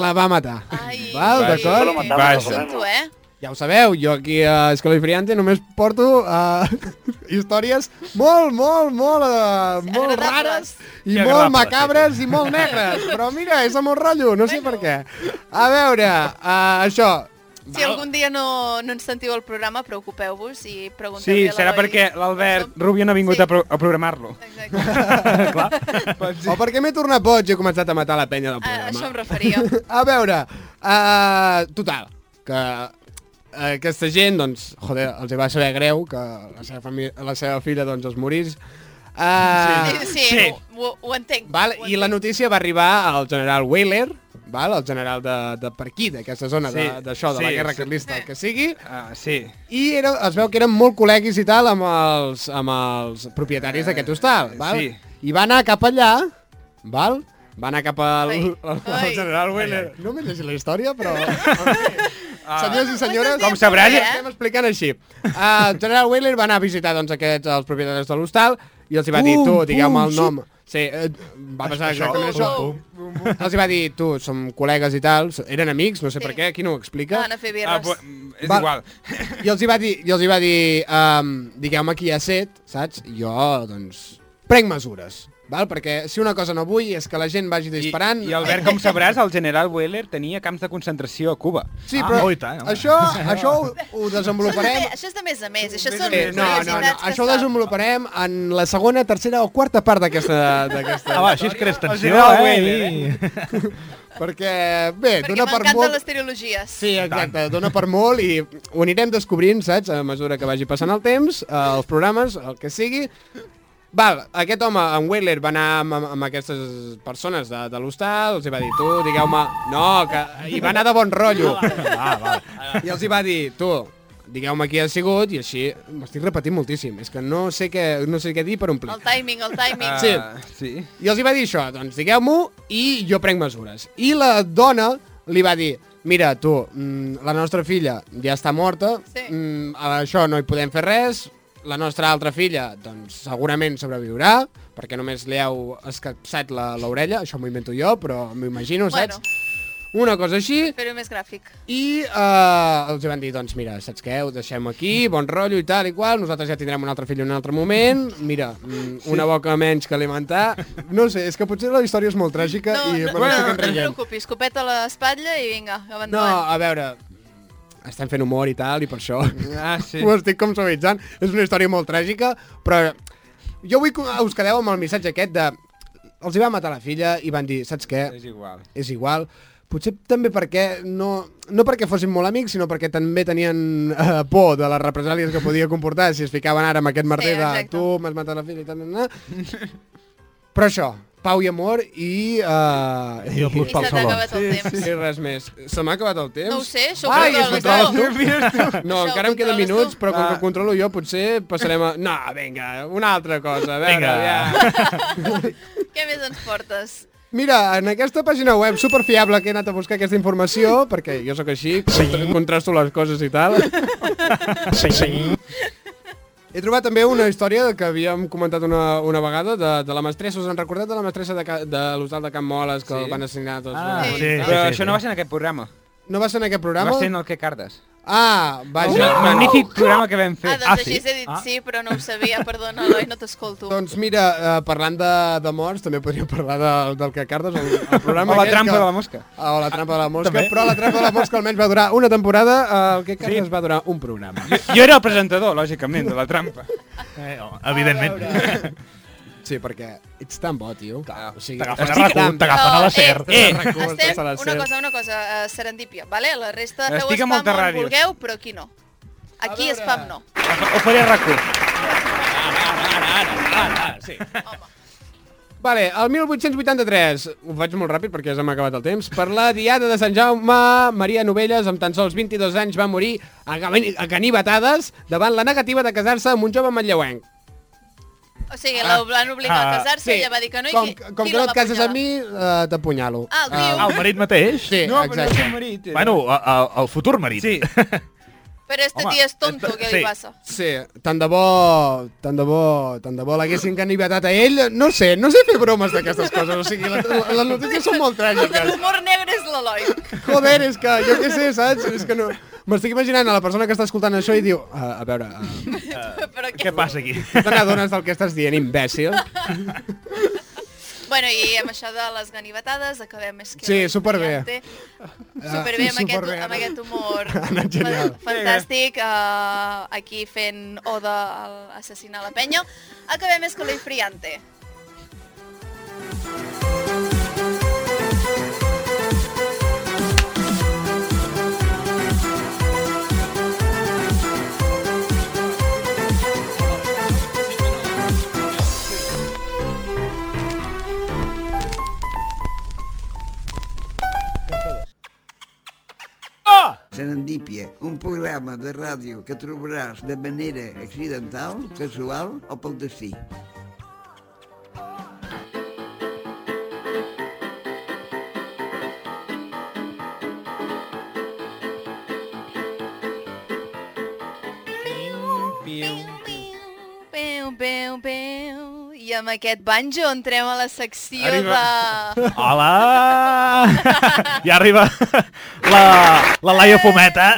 S4: la va matar.
S1: Ai,
S4: val,
S1: Vaja.
S4: d'acord?
S1: Ho
S3: Vaja.
S1: sento, eh?
S4: Ja ho sabeu, jo aquí a Escola i Friante només porto uh, històries molt, molt, molt, uh, molt
S1: agradables.
S4: rares i
S5: Sí,
S4: molt
S5: agradables,
S4: macabres i molt negres. Però mira, és el meu rotllo, no sé per què. A veure, uh, això...
S1: Si algun dia no, no ens sentiu el programa, preocupeu-vos i pregunteu
S3: Sí, serà perquè l'Albert Rubio no ha vingut
S1: Sí.
S3: a, pro a programar-lo.
S1: Exacte,
S4: O perquè m'he tornat boig i he començat a matar la penya del
S1: a, a Eh, això em
S4: programa.
S1: referia.
S4: A veure, uh, total, que eh, aquesta gent, doncs, joder, els hi va saber greu que la seva, família, la seva filla, doncs, es morís. Uh,
S1: Sí, sí,
S5: Sí.
S1: Ho, ho, ho entenc.
S4: Val?
S1: ho
S4: I la
S1: entenc.
S4: notícia va arribar al general Wheeler, val? el general de, de per aquí, d'aquesta zona,
S3: Sí,
S4: sí, d'això, de, de
S3: sí,
S4: la guerra
S3: sí.
S4: carlista, el que sigui,
S3: Ah, sí.
S4: i era, es veu que eren molt col·leguis i tal amb els, amb els propietaris d'aquest hostal. Val?
S3: sí.
S4: I va anar cap allà, val? va anar cap al,
S1: Ai,
S4: al,
S1: ai.
S4: al general Wheeler. No m'he llegit la història, però... Senyors i senyores...
S1: Com sabrà, eh?
S4: Estem explicant així. Uh, el general Wheeler va anar a visitar doncs, aquests, els propietaris de l'hostal i els hi va dir, tu, digueu-me el nom. Sí, eh, va passar
S5: Això,
S4: exactament
S1: pum,
S4: això. Els hi va dir, tu, som col·legues i tal, eren amics, no sé
S1: Sí.
S4: per què, aquí no ho explica.
S1: Van a fer
S3: Ah,
S1: birres.
S3: pues, és
S4: Va-
S3: igual.
S4: I els hi va dir, i els hi va dir um, digueu-me qui ha set, saps? I Jo, doncs, prenc mesures, val? Perquè si una cosa no vull és que la gent vagi
S3: I,
S4: disparant...
S3: I Albert, com sabràs, el general Wheeler tenia camps de concentració a Cuba.
S4: Sí,
S5: Ah,
S4: però
S5: oh, i tant, home.
S4: això, això ho, ho
S1: Això és, de,
S4: desenvoluparem...
S1: això és de més a més, això són
S4: Eh, no, no, no,
S1: curiositats que
S4: això ho
S1: són.
S4: desenvoluparem en la segona, tercera o quarta part d'aquesta... d'aquesta
S5: Ah, va, així es
S4: història,
S5: creix tensió,
S3: general
S5: eh?
S3: Wheeler,
S5: i-
S4: Perquè, bé,
S1: Perquè
S4: dona per
S1: m'encanten
S4: molt...
S1: les teologies.
S4: Sí, exacte, dona per molt i ho anirem descobrint, saps, a mesura que vagi passant el temps, eh, els programes, el que sigui. Val, aquest home, en Wheeler, va anar amb, amb- amb aquestes persones de, de l'hostal, els hi va dir, tu, digueu-me... No, que... I va anar de bon rotllo.
S5: Va, va.
S4: I els hi va dir, tu, digueu-me qui ha sigut i així m'estic repetint moltíssim. És que no sé què, no sé què dir per omplir.
S1: El timing, el timing.
S4: Sí.
S3: Ah, sí.
S4: I els hi va dir això, doncs digueu-m'ho i jo prenc mesures. I la dona li va dir, mira, tu, mm, la nostra filla ja està morta,
S1: Sí.
S4: mm, a això no hi podem fer res, la nostra altra filla, doncs, segurament sobreviurà, perquè només li heu escapçat la- l'orella, això m'ho invento jo, però m'ho imagino, saps?
S1: Bueno.
S4: Una cosa així,
S1: Fer-ho més gràfic.
S4: i eh, els hi van dir, doncs mira, saps què, ho deixem aquí, bon rotllo i tal i qual, nosaltres ja tindrem un altre fill en un altre moment, mira, mm, una boca menys que alimentar... No sé, és que potser la història és molt tràgica
S1: No,
S4: i...
S1: no, no, no,
S4: per això que
S1: no
S4: ens
S1: et
S4: riem.
S1: preocupis, copeta a l'espatlla i vinga,
S4: no,
S1: abandonant.
S4: a veure, estem fent humor i tal, i per això
S3: Ah, sí.
S4: ho estic com suavitzant. És una història molt tràgica, però jo vull que us quedeu amb el missatge aquest de... Els hi va matar la filla i van dir, saps què,
S3: És igual.
S4: és igual. Potser també perquè, no, no perquè fossin molt amics, sinó perquè també tenien eh, por de les represàlies que podia comportar si es ficaven ara amb aquest merder sí, de
S1: exacte.
S4: tu m'has matat la filla i tal, na, na. Però això, pau i amor i... Eh,
S5: I el plus
S1: I
S5: pel
S1: se t'ha
S5: saló.
S1: acabat el temps.
S4: I res més. Se m'ha acabat el temps?
S1: No ho sé, això ho
S4: Ai,
S1: controles
S4: es controles
S1: tu.
S4: tu, mires tu. No,
S1: Això ho
S4: encara em queden
S1: controles
S4: minuts,
S1: tu.
S4: però com
S3: Va.
S5: Ah.
S4: que ho controlo jo, potser passarem a... No, vinga, una altra cosa. A veure,
S5: Vinga.
S4: ja.
S1: Què més ens portes?
S4: Mira, en aquesta pàgina web superfiable que he anat a buscar aquesta informació, perquè jo sóc així, contra contrasto les coses i tal,
S5: Sí, sí.
S4: he trobat també una història que havíem comentat una, una vegada de, de la mestressa. Us han recordat de la mestressa de, ca- de l'hostal de Can Moles que
S3: Sí.
S4: sí. van assassinar tots?
S3: Ah,
S4: dos?
S1: sí,
S5: sí,
S3: Però
S5: sí,
S3: això
S5: sí.
S3: no va ser en aquest programa.
S4: No va ser en aquest programa?
S3: Va ser en el Oh, que cardes.
S4: Ah,
S3: Un
S4: vaja.
S3: magnífic programa que vam fer.
S1: Ah, doncs
S5: Ah,
S1: així
S5: sí?
S1: he dit
S5: Ah.
S1: sí, però no ho sabia, perdona, Eloi, no t'escolto.
S4: Doncs mira, eh, parlant de, de morts, també podríem parlar de, del que cardes, el, el programa
S3: O la
S4: aquest
S3: trampa
S4: que...
S3: de la mosca.
S4: Ah, o la trampa de la mosca,
S5: també.
S4: però la trampa de la mosca almenys va durar una temporada, eh, el que cardes sí. va durar un programa.
S3: Jo, jo era el presentador, lògicament, de la trampa.
S5: Eh, oh, evidentment.
S4: Sí, perquè ets tan bo, tio. Clar, o sigui,
S5: T'agafen a
S4: estic
S5: recu,
S4: tan-
S5: t'agafen a la SER.
S1: Eh,
S4: T'agafen a recu,
S1: Estem,
S4: t'agafen a la
S1: una
S4: SER.
S1: cosa, una cosa, uh, serendípia, vale? La resta
S3: Estic
S1: feu
S3: a
S1: spam
S3: moltes
S1: on
S3: ràdios.
S1: vulgueu, però aquí no. Aquí
S4: veure.
S1: spam no.
S3: Ho faré a rac
S4: Vale, el 1883, ho faig molt ràpid perquè ja m'ha acabat el temps, per la Diada de Sant Jaume, Maria Novelles, amb tan sols 22 anys, va morir a gani- a ganivetades davant la negativa de casar-se amb un jove manlleuenc.
S1: O sigui, la van obligar a
S5: Ah,
S1: casar-se, ella va dir que no i
S4: com,
S1: qui,
S4: com
S1: qui
S4: que no
S1: la
S4: et
S1: va
S4: cases
S1: apujar?
S4: amb mi, eh, t'apunyalo.
S1: Ah, el tio.
S5: Ah, el marit mateix?
S4: Sí,
S3: No, però no és
S4: exacte.
S3: el marit. era.
S5: Bueno, a- a- el futur marit.
S3: Sí.
S1: Però este
S5: Home,
S1: tio és tonto,
S5: esta-
S1: què li
S5: sí.
S1: passa?
S4: Sí, tant de bo, tant de bo, tant de bo l'haguessin ganivetat a ell. No sé, no sé fer bromes d'aquestes coses, o sigui, la- la- les notícies són molt
S1: El de
S4: tràgiques.
S1: l'humor negre és l'Eloi.
S4: Joder, és que jo què sé, saps? És que no... M'estic imaginant a la persona que està escoltant això i diu, a, a veure, uh,
S1: però què?
S5: Què passa aquí?
S4: te n'adones del que estàs dient, imbècil?
S1: Bueno, i amb això de les ganivetades acabem més que...
S4: Sí, superbé. Ah,
S1: brillante. Superbé, amb,
S4: superbé,
S1: aquest, amb
S4: Anna.
S1: aquest humor
S4: Anna, genial.
S1: fan- fantàstic, uh, aquí fent oda al assassinar la penya. Acabem més que l'Oi Friante.
S2: Serendípia, un programa de ràdio que trobaràs de manera accidental, casual o pel destí.
S1: Peu, peu, peu. I amb aquest banjo entrem a la secció
S3: Arriba.
S1: de...
S5: Hola! Ja arriba la, la Laia Fumeta.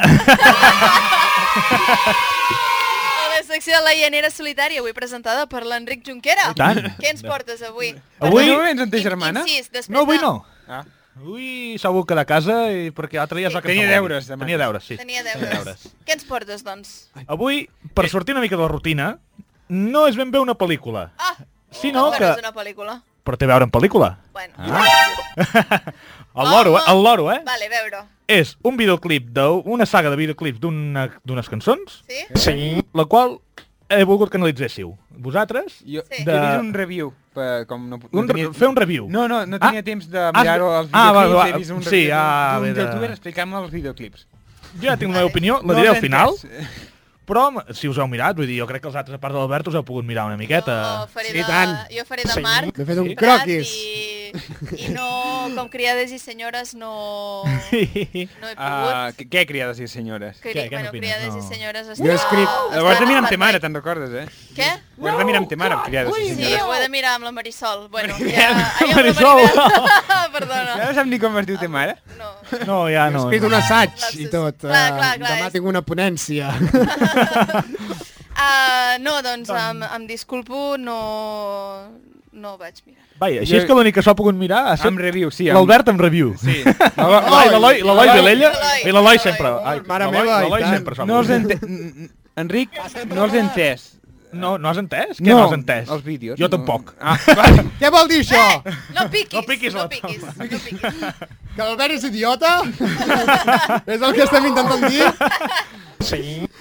S1: A la secció de la Llanera Solitària, avui presentada per l'Enric Junquera.
S5: I tant.
S1: Què ens portes avui?
S5: Avui-
S3: No vens amb ta
S1: Quin-
S3: germana?
S1: quin sis, després
S5: No, avui
S1: de-
S5: no.
S3: Ah.
S5: Avui s'ha volgut quedar a casa i perquè l'altre dia es va
S3: Tenia
S5: cansar molt.
S3: deures, demà.
S5: Tenia deures, sí.
S1: Tenia deures. Què ens portes, doncs?
S5: Avui, per sortir una mica de la rutina, no és ben bé una pel·lícula,
S1: Ah!
S5: sinó
S1: com
S5: que... Ah, eh?
S1: és una pel·lícula.
S5: Però té a veure amb pel·lícula.
S1: Bueno.
S5: El loro, eh? El loro, eh?
S1: Vale, a veure.
S5: És un videoclip d'una saga de videoclips d'una- d'unes cançons,
S1: Sí?
S5: sí. la qual he volgut que analitzéssiu. Vosaltres,
S3: Jo,
S1: Sí.
S3: sí. jo he vist un review, per, com no, no
S5: un, re- fer un review.
S3: No, no, no tenia
S5: Ah,
S3: temps de
S5: has-
S3: mirar-ho als
S5: Ah, va,
S3: videoclips,
S5: va,
S3: he vist un
S5: sí,
S3: review
S5: ah,
S3: d'un
S5: bé de-
S3: youtuber explicant-me els videoclips.
S5: Jo ja tinc la meva opinió, la
S3: No
S5: diré al
S3: l'he
S5: final,
S3: entès.
S5: però si us heu mirat, vull dir, jo crec que els altres, a part de l'Albert, us heu pogut mirar una miqueta.
S1: Jo faré,
S4: Sí,
S1: de,
S4: tant.
S1: jo faré de Marc.
S4: M'he fet un
S1: Prat
S4: croquis.
S1: I, I no, com criades i senyores, no, no he
S3: Ah,
S1: pogut.
S3: què, què criades i senyores?
S1: Cri,
S5: què- què
S1: bueno,
S5: n'opines?
S1: criades i
S5: No.
S1: senyores...
S4: Jo he escrit-
S3: Ho has de mirar amb
S1: te
S3: ta mare, te'n recordes, eh?
S1: Què?
S3: Ho has de mirar amb ta mare, criades i
S1: Sí,
S3: senyores.
S1: ho he de mirar amb la Marisol. Bueno,
S3: Maribel,
S1: ja... Ai, amb la
S5: Marisol.
S1: Maribel.
S3: Ja
S1: Perdona.
S3: no sap ni com es diu ta mare?
S1: No.
S5: No, ja
S4: He
S5: no.
S4: escrit un
S5: no.
S4: assaig
S1: Lapses.
S4: i tot.
S1: Clar,
S4: eh,
S1: clar, clar,
S4: Demà
S1: és-
S4: tinc una ponència.
S1: Uh, no, doncs em, em disculpo, no, no vaig mirar.
S5: Vai, així és que l'únic que s'ha pogut mirar
S3: Amb
S5: ha estat
S3: review, sí. Amb...
S5: l'Albert en review.
S3: Sí.
S5: L'Eloi, l'Eloi, l'Eloi Vilella
S1: L'Eloi,
S5: i l'Eloi
S1: l'Eloi.
S5: sempre. Ai,
S4: Mare
S5: l'Eloi-
S4: meva, i
S5: l'Eloi
S4: tant.
S5: sempre s'ha
S3: No els he
S5: mogut.
S3: entès. Enric, no els he entès.
S5: No, no has entès? Què no has entès?
S3: Els vídeos.
S5: Jo
S3: no.
S5: tampoc.
S3: Ah, va.
S4: Què vol dir això?
S1: No piquis,
S5: No piquis
S1: no
S5: la
S1: piquis, no piquis.
S4: Que l'Albert és idiota? és el que estem intentant dir?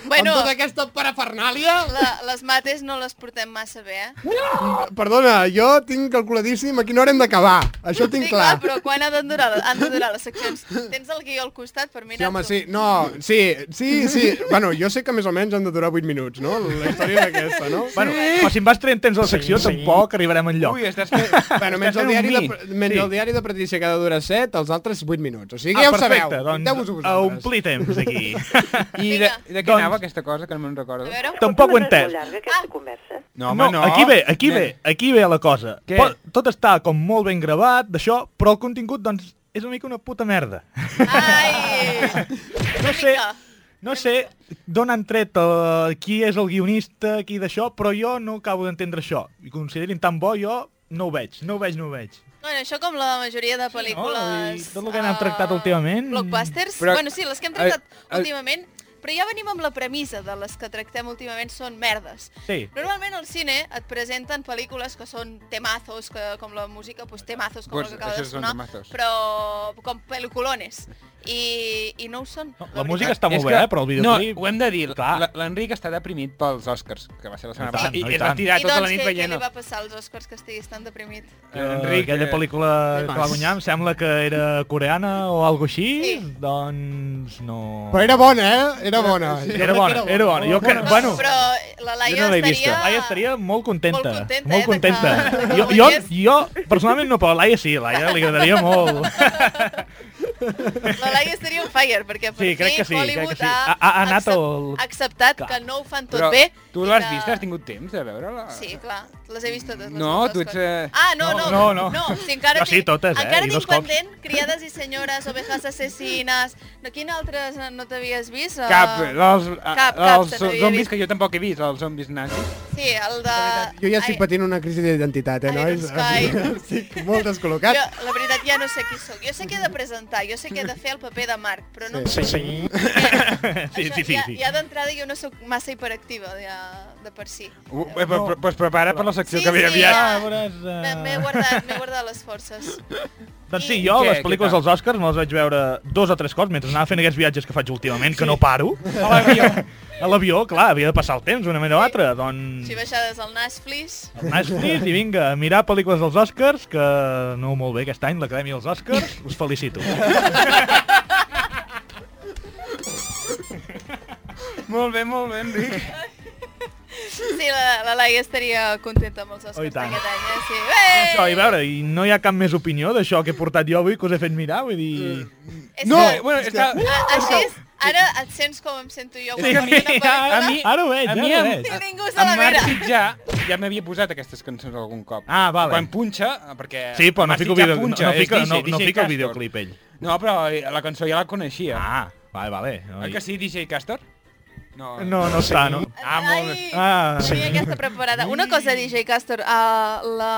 S1: Bueno,
S4: Amb tota aquesta parafernàlia?
S1: la, les mates no les portem massa bé, eh?
S4: Perdona, jo tinc calculadíssim a quina hora hem d'acabar. Això ho tinc
S1: sí,
S4: clar.
S1: però quan han de, durar, han de durar les seccions? Tens el guió al costat per
S4: Sí,
S1: mirar
S4: home, sí, no, sí, sí, sí. Bueno, jo sé que més o menys han de durar 8 minuts, no? La història és aquesta, no?
S5: Bueno, però si em vas traient temps de la secció, tampoc arribarem enlloc.
S3: Ui, estàs fent...
S4: Bueno, menys el, diari de, menys el diari de Patricia que ha de durar 7, els altres 8 minuts. O sigui,
S5: Ah,
S4: ja ho
S5: perfecte,
S4: sabeu.
S5: doncs
S4: Compteu-vos-ho
S5: a
S4: vosaltres.
S5: omplir temps aquí.
S3: I de,
S1: Vinga.
S3: de què
S5: Doncs-
S3: anava aquesta cosa, que no me'n recordo?
S1: A veure,
S5: Tampoc ho he
S7: Molt
S5: entès.
S7: llarga aquesta conversa.
S3: No, home, no.
S5: Aquí ve, aquí ve, aquí ve la cosa.
S3: Què?
S5: Pot- Tot està com molt ben gravat, d'això, però el contingut, doncs, és una mica una puta merda.
S1: ai,
S5: No
S1: una
S5: sé,
S1: mica.
S5: no sé d'on han tret eh, qui és el guionista, qui d'això, però jo no acabo d'entendre això. I considerin tan bo, jo no ho veig, no ho veig, no ho veig.
S1: Bueno, això com la majoria de pel·lícules...
S5: i tot el que n'hem
S1: eh,
S5: tractat últimament.
S1: Blockbusters?
S3: Però-
S1: Però, bueno, sí, les que hem
S3: ai,
S1: tractat
S3: ai.
S1: últimament, però ja venim amb la premissa de les que tractem últimament són merdes.
S5: Sí.
S1: Normalment al cine et presenten pel·lícules que són temazos, que, com la música, pues, temazos com
S3: Pues,
S1: pues, el que acaba de
S3: això són
S1: sonar,
S3: temazos.
S1: però com peliculones. I, i no ho són.
S5: No, la
S1: veritat.
S5: música està molt bé, eh, però el videoclip-
S3: No, ho hem de dir,
S5: Clar.
S3: l- l'Enric està deprimit pels Oscars, que va ser la setmana
S5: I tant,
S3: passada, i
S5: no, i
S3: es va
S5: tant.
S3: tirar
S1: I
S3: tota
S1: doncs
S3: la nit
S1: què, què
S3: veient...
S1: li va passar als Oscars que estiguis tan deprimit?
S5: Que
S3: Enric,
S5: aquella
S3: eh,
S5: pel·lícula que va guanyar, em sembla que era coreana o algo així,
S1: Sí.
S5: doncs no...
S4: Però era bona, eh? Era bona. Jo crec
S5: Era
S4: que
S5: bona, era bona. Jo que,
S1: No,
S5: bueno,
S1: però la Laia
S5: jo no l'he vista.
S1: estaria...
S5: Laia estaria molt
S1: molt
S5: contenta.
S1: contenta, eh,
S5: molt
S1: de que-
S5: contenta.
S1: de que
S5: jo, jo,
S1: guanyés.
S5: jo, personalment no, però a Laia sí, a Laia li agradaria molt.
S1: La Laia estaria on fire, perquè per
S5: Sí, crec
S1: fi
S5: que sí, crec
S1: Hollywood
S5: que sí. Ha- ha anat
S1: accep-
S5: al-
S1: ha acceptat
S5: Clar.
S1: que no ho fan tot
S3: Però
S1: bé.
S3: tu
S1: i
S3: l'has
S1: que-
S3: vist? Has tingut temps de veure-la?
S1: Sí, clar, les he vist totes. Les
S3: No,
S1: dues
S3: tu ets,
S1: coses.
S3: eh,
S1: Ah, no, no,
S5: no, no.
S1: si encara
S5: No, sí,
S1: tinc-
S5: totes, eh,
S1: Encara
S5: i
S1: tinc
S5: dos cops.
S1: pendent Criades i senyores, Ovejas assassines... No, quin altres eh, no t'havies vist? Eh,
S3: Cap, els,
S1: cap, cap,
S3: els
S1: se n'havia
S3: zombis
S1: vist.
S3: que jo tampoc he vist, els zombis nazis.
S1: Sí, el de...
S4: Jo ja estic
S1: Ai,
S4: patint una crisi d'identitat, eh,
S1: Iron
S4: nois?
S1: Sky.
S4: Estic molt
S1: Jo,
S4: descol·locat.
S1: la veritat ja no sé qui sóc. Jo sé que he de presentar, jo sé que he de fer el paper de Marc, però no...
S4: Sí,
S5: Sí,
S1: Això
S5: sí, sí.
S1: Ja,
S5: sí.
S1: ja d'entrada jo no sóc massa hiperactiva ja, de per si.
S3: No. Pues prepara per la secció
S1: Sí,
S3: que ve
S1: sí,
S3: aviat.
S5: Ja veuràs, eh.
S1: Me- M'he guardat, m'he guardat les forces.
S5: Doncs sí,
S1: I-
S5: jo
S3: Què,
S5: les
S3: què
S5: pel·lícules
S3: tal?
S5: dels Oscars me les vaig veure dos o tres cops mentre anava fent aquests viatges que faig últimament, que no paro. A l'avió. A l'avió, clar, havia de passar el temps d'una manera o altra, doncs...
S1: Si baixades al nas, flis...
S5: Netflix i vinga, a mirar pel·lícules dels Oscars, que no molt bé aquest any, l'Acadèmia dels Oscars, us felicito.
S3: Molt bé, molt bé, Enric.
S1: Sí, la, la Laia estaria contenta amb els
S5: Oh, i
S1: Oscars
S5: tant.
S1: d'aquest any, eh? Sí.
S5: Això,
S1: Ei!
S5: i a veure, i no hi ha cap més opinió d'això que he portat jo avui que us he fet mirar, vull dir...
S1: És
S4: No,
S1: que-
S3: Bueno, és que...
S1: a, així és, ara et sents com em sento jo.
S3: Sí,
S1: quan camino per
S3: ara-
S1: la-
S3: a mi-
S5: Ah, Ara ho veig,
S3: a mi
S5: ara ho
S3: em-
S5: veig.
S1: Si ningú se
S3: En
S1: la mira.
S3: Marc ja, ja m'havia posat aquestes cançons algun cop.
S5: Ah, vale.
S3: Quan punxa, perquè...
S5: Sí, però no
S3: Marc
S5: fico,
S3: ja
S5: video, no,
S3: punxa,
S5: no,
S3: és
S5: fica,
S3: DJ,
S5: no,
S3: DJ
S5: no fica el
S3: Castor.
S5: videoclip ell.
S3: No, però eh, la cançó ja la coneixia.
S5: Ah, vale, vale. No,
S3: Oi. que sí, DJ Castor? No.
S5: no, no està, no?
S3: Ah, molt bé.
S1: Ai,
S5: Ah.
S1: tenia aquesta preparada. Una cosa, DJ Castor, uh, la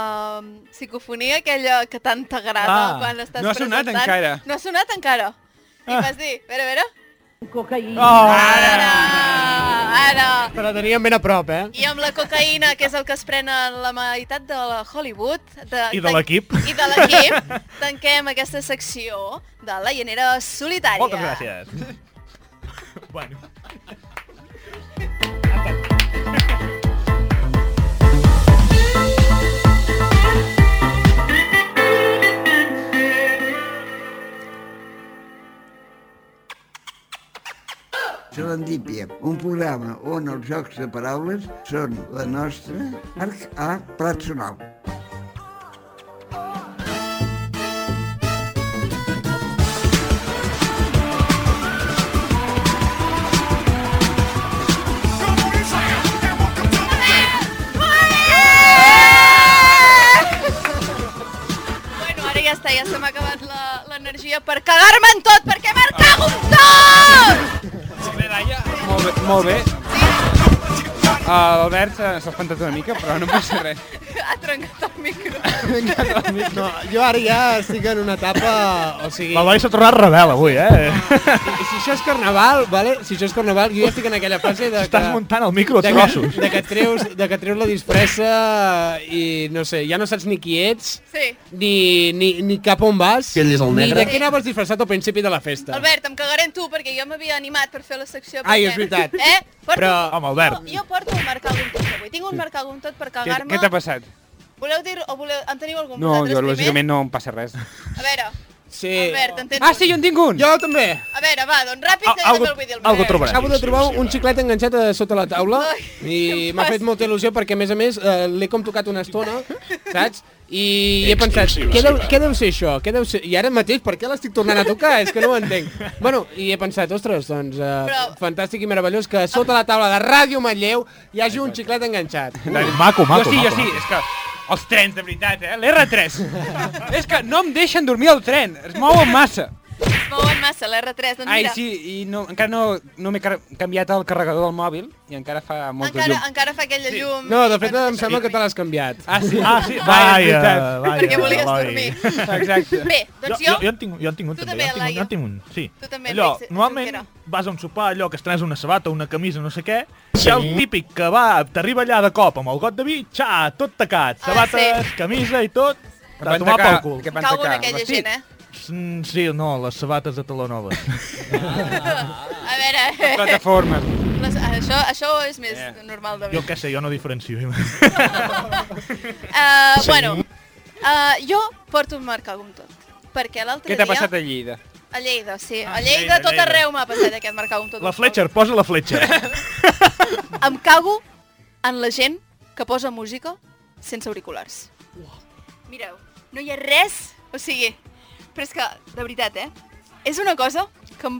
S1: psicofonia aquella que tant t'agrada
S5: Ah,
S1: quan estàs
S3: no ha sonat
S1: presentant,
S3: encara.
S1: No ha sonat encara. I
S5: Ah.
S1: vas dir, a veure, a veure.
S5: Oh,
S1: Ara,
S5: Ah.
S1: ara.
S4: Però teníem ben a prop, eh?
S1: I amb la cocaïna, que és el que es pren a la meitat de la Hollywood... De,
S5: I de l'equip.
S1: I de l'equip, tanquem aquesta secció de la llanera solitària.
S5: moltes gràcies. bueno.
S2: Serendípia, un programa on els jocs de paraules són la nostra arc a plat sonal.
S1: Bueno, ara ja està, ja se m'ha acabat la- l'energia per cagar-me en tot, perquè me'n cago en tot!
S3: Molt bé, molt bé. Uh, L'Albert eh, s'ha espantat una mica, però no passa res.
S1: Ha trencat el micro.
S4: No, jo ara ja estic en una etapa... O sigui,
S5: L'Eloi s'ha tornat rebel avui, eh?
S4: i si això és carnaval, vale? si això és carnaval, jo ja estic en aquella fase de que...
S5: Estàs muntant el micro a
S4: de que,
S5: trossos.
S4: de, que treus, de que treus la disfressa i no sé, ja no saps ni qui ets,
S1: Sí.
S4: ni, ni, ni cap on vas,
S6: ell és el
S4: ni
S6: negre.
S4: de què anaves disfressat al principi de la festa.
S1: Albert, em cagaré en tu, perquè jo m'havia animat per fer la secció.
S4: Ai,
S1: perquè-
S4: és veritat.
S1: Eh? Porto...
S4: Però,
S5: home, Albert.
S1: Jo, jo porto un marcador un tot avui. Tinc un marcador un tot per
S3: Què,
S1: cagar-me.
S3: què t'ha passat?
S1: Voleu dir... O voleu... En teniu algun
S3: No,
S1: vosaltres
S3: jo
S1: primer?
S3: lògicament no em passa res.
S1: A veure,
S4: Sí.
S1: Albert, en tens
S3: Ah,
S1: un.
S3: sí, jo en tinc un!
S4: Jo també.
S1: A veure, va, doncs ràpid,
S5: Al-
S1: que jo
S5: algo-
S1: també el vull dir el
S5: algo
S1: meu.
S5: trobaràs.
S4: Acabo de trobar un xiclet enganxat a sota la taula
S1: Ai,
S4: i
S1: em
S4: m'ha
S1: passa.
S4: fet molta il·lusió perquè, a més a més, eh, l'he com tocat una estona, saps? I he pensat, què deu, què deu ser això? Què deu ser? I ara mateix, per què l'estic tornant a tocar? És que no ho entenc. Bueno, i he pensat, ostres, doncs, eh,
S1: Però-
S4: fantàstic i meravellós que sota la taula de Ràdio Manlleu hi hagi un xiclet enganxat.
S5: Maco, maco,
S3: jo sí, jo
S5: maco,
S3: sí,
S5: maco.
S3: és que els trens, de veritat, eh? L'R3. és que no em deixen dormir al tren, es mouen massa.
S1: Es mouen massa, l'R3, doncs
S3: Ai,
S1: mira.
S3: sí, i no, encara no, no m'he car- canviat el carregador del mòbil i encara fa molta
S1: Encara,
S3: llum.
S1: encara fa aquella llum.
S4: No, de fet, em sembla que te l'has canviat.
S3: Ah, sí?
S5: Ah,
S3: Ah,
S5: sí,
S3: és
S5: vaja,
S3: veritat.
S5: vaja.
S1: Perquè volies
S5: Eloi.
S1: dormir.
S3: Exacte.
S1: Bé,
S5: Jo,
S1: doncs
S5: jo,
S1: jo...
S5: jo, en tinc, jo en tinc un
S1: Tu també,
S5: també, jo, en tinc, un- jo
S1: Laia.
S5: en tinc un, sí.
S1: Tu també,
S5: Allò,
S1: fixa-
S5: normalment
S1: Junquera.
S5: vas a un sopar, allò que estrenes una sabata, una camisa, no sé què, sí. i el típic que va, t'arriba allà de cop amb el got de vi, xa, tot tacat,
S1: Ah,
S5: sabates,
S1: sí.
S5: camisa i tot,
S3: van
S5: per tomar
S3: tacar-
S5: pel cul.
S3: que
S1: Em
S3: van
S1: cago en
S3: tacar el
S1: aquella
S3: vestit.
S1: gent, eh?
S5: Mm, Sí, no, les sabates de taló nova.
S1: A veure, eh,
S3: Plataforma.
S1: les, això, això és més
S3: Eh.
S1: normal de
S5: jo què sé, jo no diferencio.
S1: Uh, bueno, uh, jo porto un marcagum tot. Perquè l'altre
S3: Què
S1: dia...
S3: t'ha passat a Lleida?
S1: A Lleida, sí.
S5: Ah,
S1: A Lleida,
S5: Lleida,
S1: tot
S5: Lleida.
S1: arreu m'ha passat aquest marcagum tot.
S5: La Fletcher, posa la Fletcher.
S1: Em cago en la gent que posa música sense auriculars. Mireu, no hi ha res, o sigui... Però és que, de veritat, eh? És una cosa que em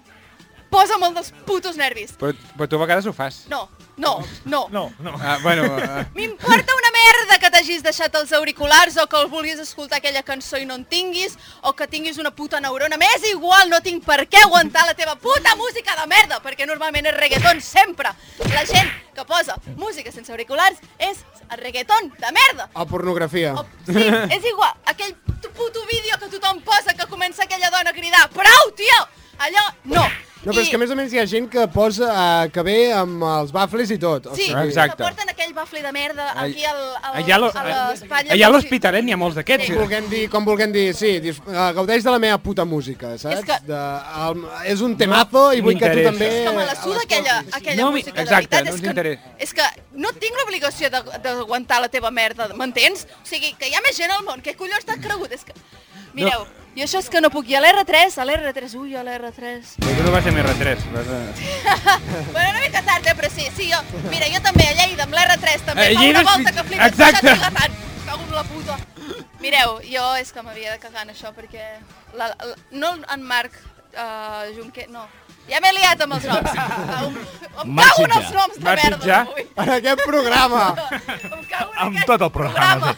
S1: posa molt dels putos nervis.
S3: Però, però tu a vegades ho fas.
S1: No, no, no.
S5: No, no.
S3: Ah, bueno, ah,
S1: M'importa una merda que t'hagis deixat els auriculars o que el vulguis escoltar aquella cançó i no en tinguis o que tinguis una puta neurona. M'és igual, no tinc per què aguantar la teva puta música de merda, perquè normalment és reggaeton sempre. La gent que posa música sense auriculars és el reggaeton de merda.
S4: O pornografia.
S1: O, sí, és igual, aquell puto vídeo que tothom posa que comença aquella dona a cridar prou, tio! Allò, no.
S4: No, però és que a més a més hi ha gent que posa, eh, que ve amb els bafles i tot. O
S1: Sí,
S4: sigui,
S3: Exacte.
S1: que porten aquell bafle de merda aquí al, al,
S3: allà lo-
S1: a l'espatlla.
S3: allà a
S1: com si-
S3: l'Hospitalet n'hi ha molts d'aquests.
S1: Sí.
S4: Com vulguem dir, com vulguem dir, sí, dis, uh, gaudeix de la meva puta música, saps?
S1: És que-
S4: De, el, és un temazo i vull que tu
S3: m'interessa.
S4: també...
S1: És que me la suda aquella, aquella
S3: No m'hi-
S1: música,
S3: exacte,
S1: de veritat,
S3: no
S1: és,
S3: ens interessa.
S1: que, és que no tinc l'obligació de- d'aguantar la teva merda, m'entens? O sigui, que hi ha més gent al món, què collons t'has cregut? És que... Mireu, no. i això és que no puc, i a l'R3, a l'R3, ui, a l'R3...
S3: Però tu no vas a MR3. Vas a...
S1: Bueno, una mica tard, eh, però sí, sí, jo... Mira, jo també, a Lleida, amb l'R3, també,
S3: Eh,
S1: fa
S3: Lleida
S1: una
S3: és
S1: volta que flipes,
S3: exacte.
S1: exacte. això tant, cago en la puta. Mireu, jo és que m'havia de cagar en això, perquè... La, la, no en Marc uh, Junquer, no. Ja m'he liat amb els noms. Em, em
S6: Marc
S1: cago en els
S6: Sitjar.
S1: noms de
S3: Marc
S1: merda
S3: Sitjar.
S1: avui.
S4: En aquest programa!
S1: Em cago en
S5: Amb
S1: aquest
S5: tot el programa.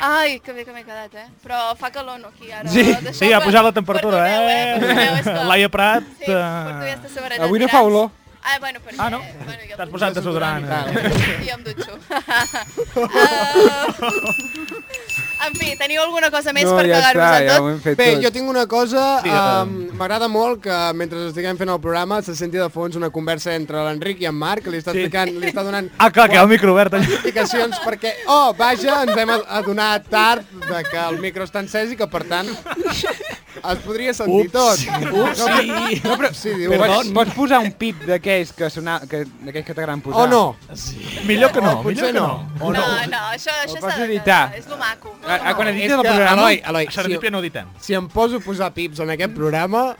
S1: Ai, que bé que m'he quedat, eh? Però fa calor, no, aquí, ara.
S3: Sí,
S1: Deixeu-me-
S5: Sí, ha pujat la temperatura,
S1: Perdoneu,
S5: eh?
S1: Perdoneu, és que-
S5: Laia Prat...
S1: Sí,
S5: eh,
S1: porto aquesta samarreta
S3: Avui no
S1: tirant.
S3: fa olor.
S1: Ah, bueno, perquè...
S5: Ah, no?
S1: Bueno, jo em
S5: T'has
S1: dutxo.
S5: posat desodorant. eh?
S1: Jo em dutxo. Ah, en fi, teniu alguna cosa més per cagar-vos en tot?
S3: hem fet
S4: Bé, jo tinc una cosa,
S5: Sí, eh,
S4: um, m'agrada molt que mentre estiguem fent el programa se senti de fons una conversa entre l'Enric i en Marc, li està,
S5: Sí.
S4: explicant, li està donant
S5: Ah, clar, que hi ha el micro obert allà.
S4: explicacions perquè, oh, vaja, ens hem adonat tard de que el micro està encès i que, per tant, Es podria sentir Ups. tot. Ups, sí.
S3: No, però, sí,
S4: Sí, diu,
S3: pots,
S4: perdón.
S3: pots posar un pip d'aquells que, sona, que, d'aquells que t'agraden posar?
S4: O no.
S5: Millor que no,
S4: Oh,
S5: millor
S4: potser
S5: que no.
S4: no.
S5: O no.
S1: No, no, això, això
S3: pots
S1: s'ha de
S3: editar.
S1: És lo maco.
S3: A, a, quan
S4: És
S3: edites el
S4: que,
S3: programa...
S4: Eloi, Eloi,
S5: A
S4: si,
S5: Serendipia no editem.
S4: si em poso a posar pips en aquest programa,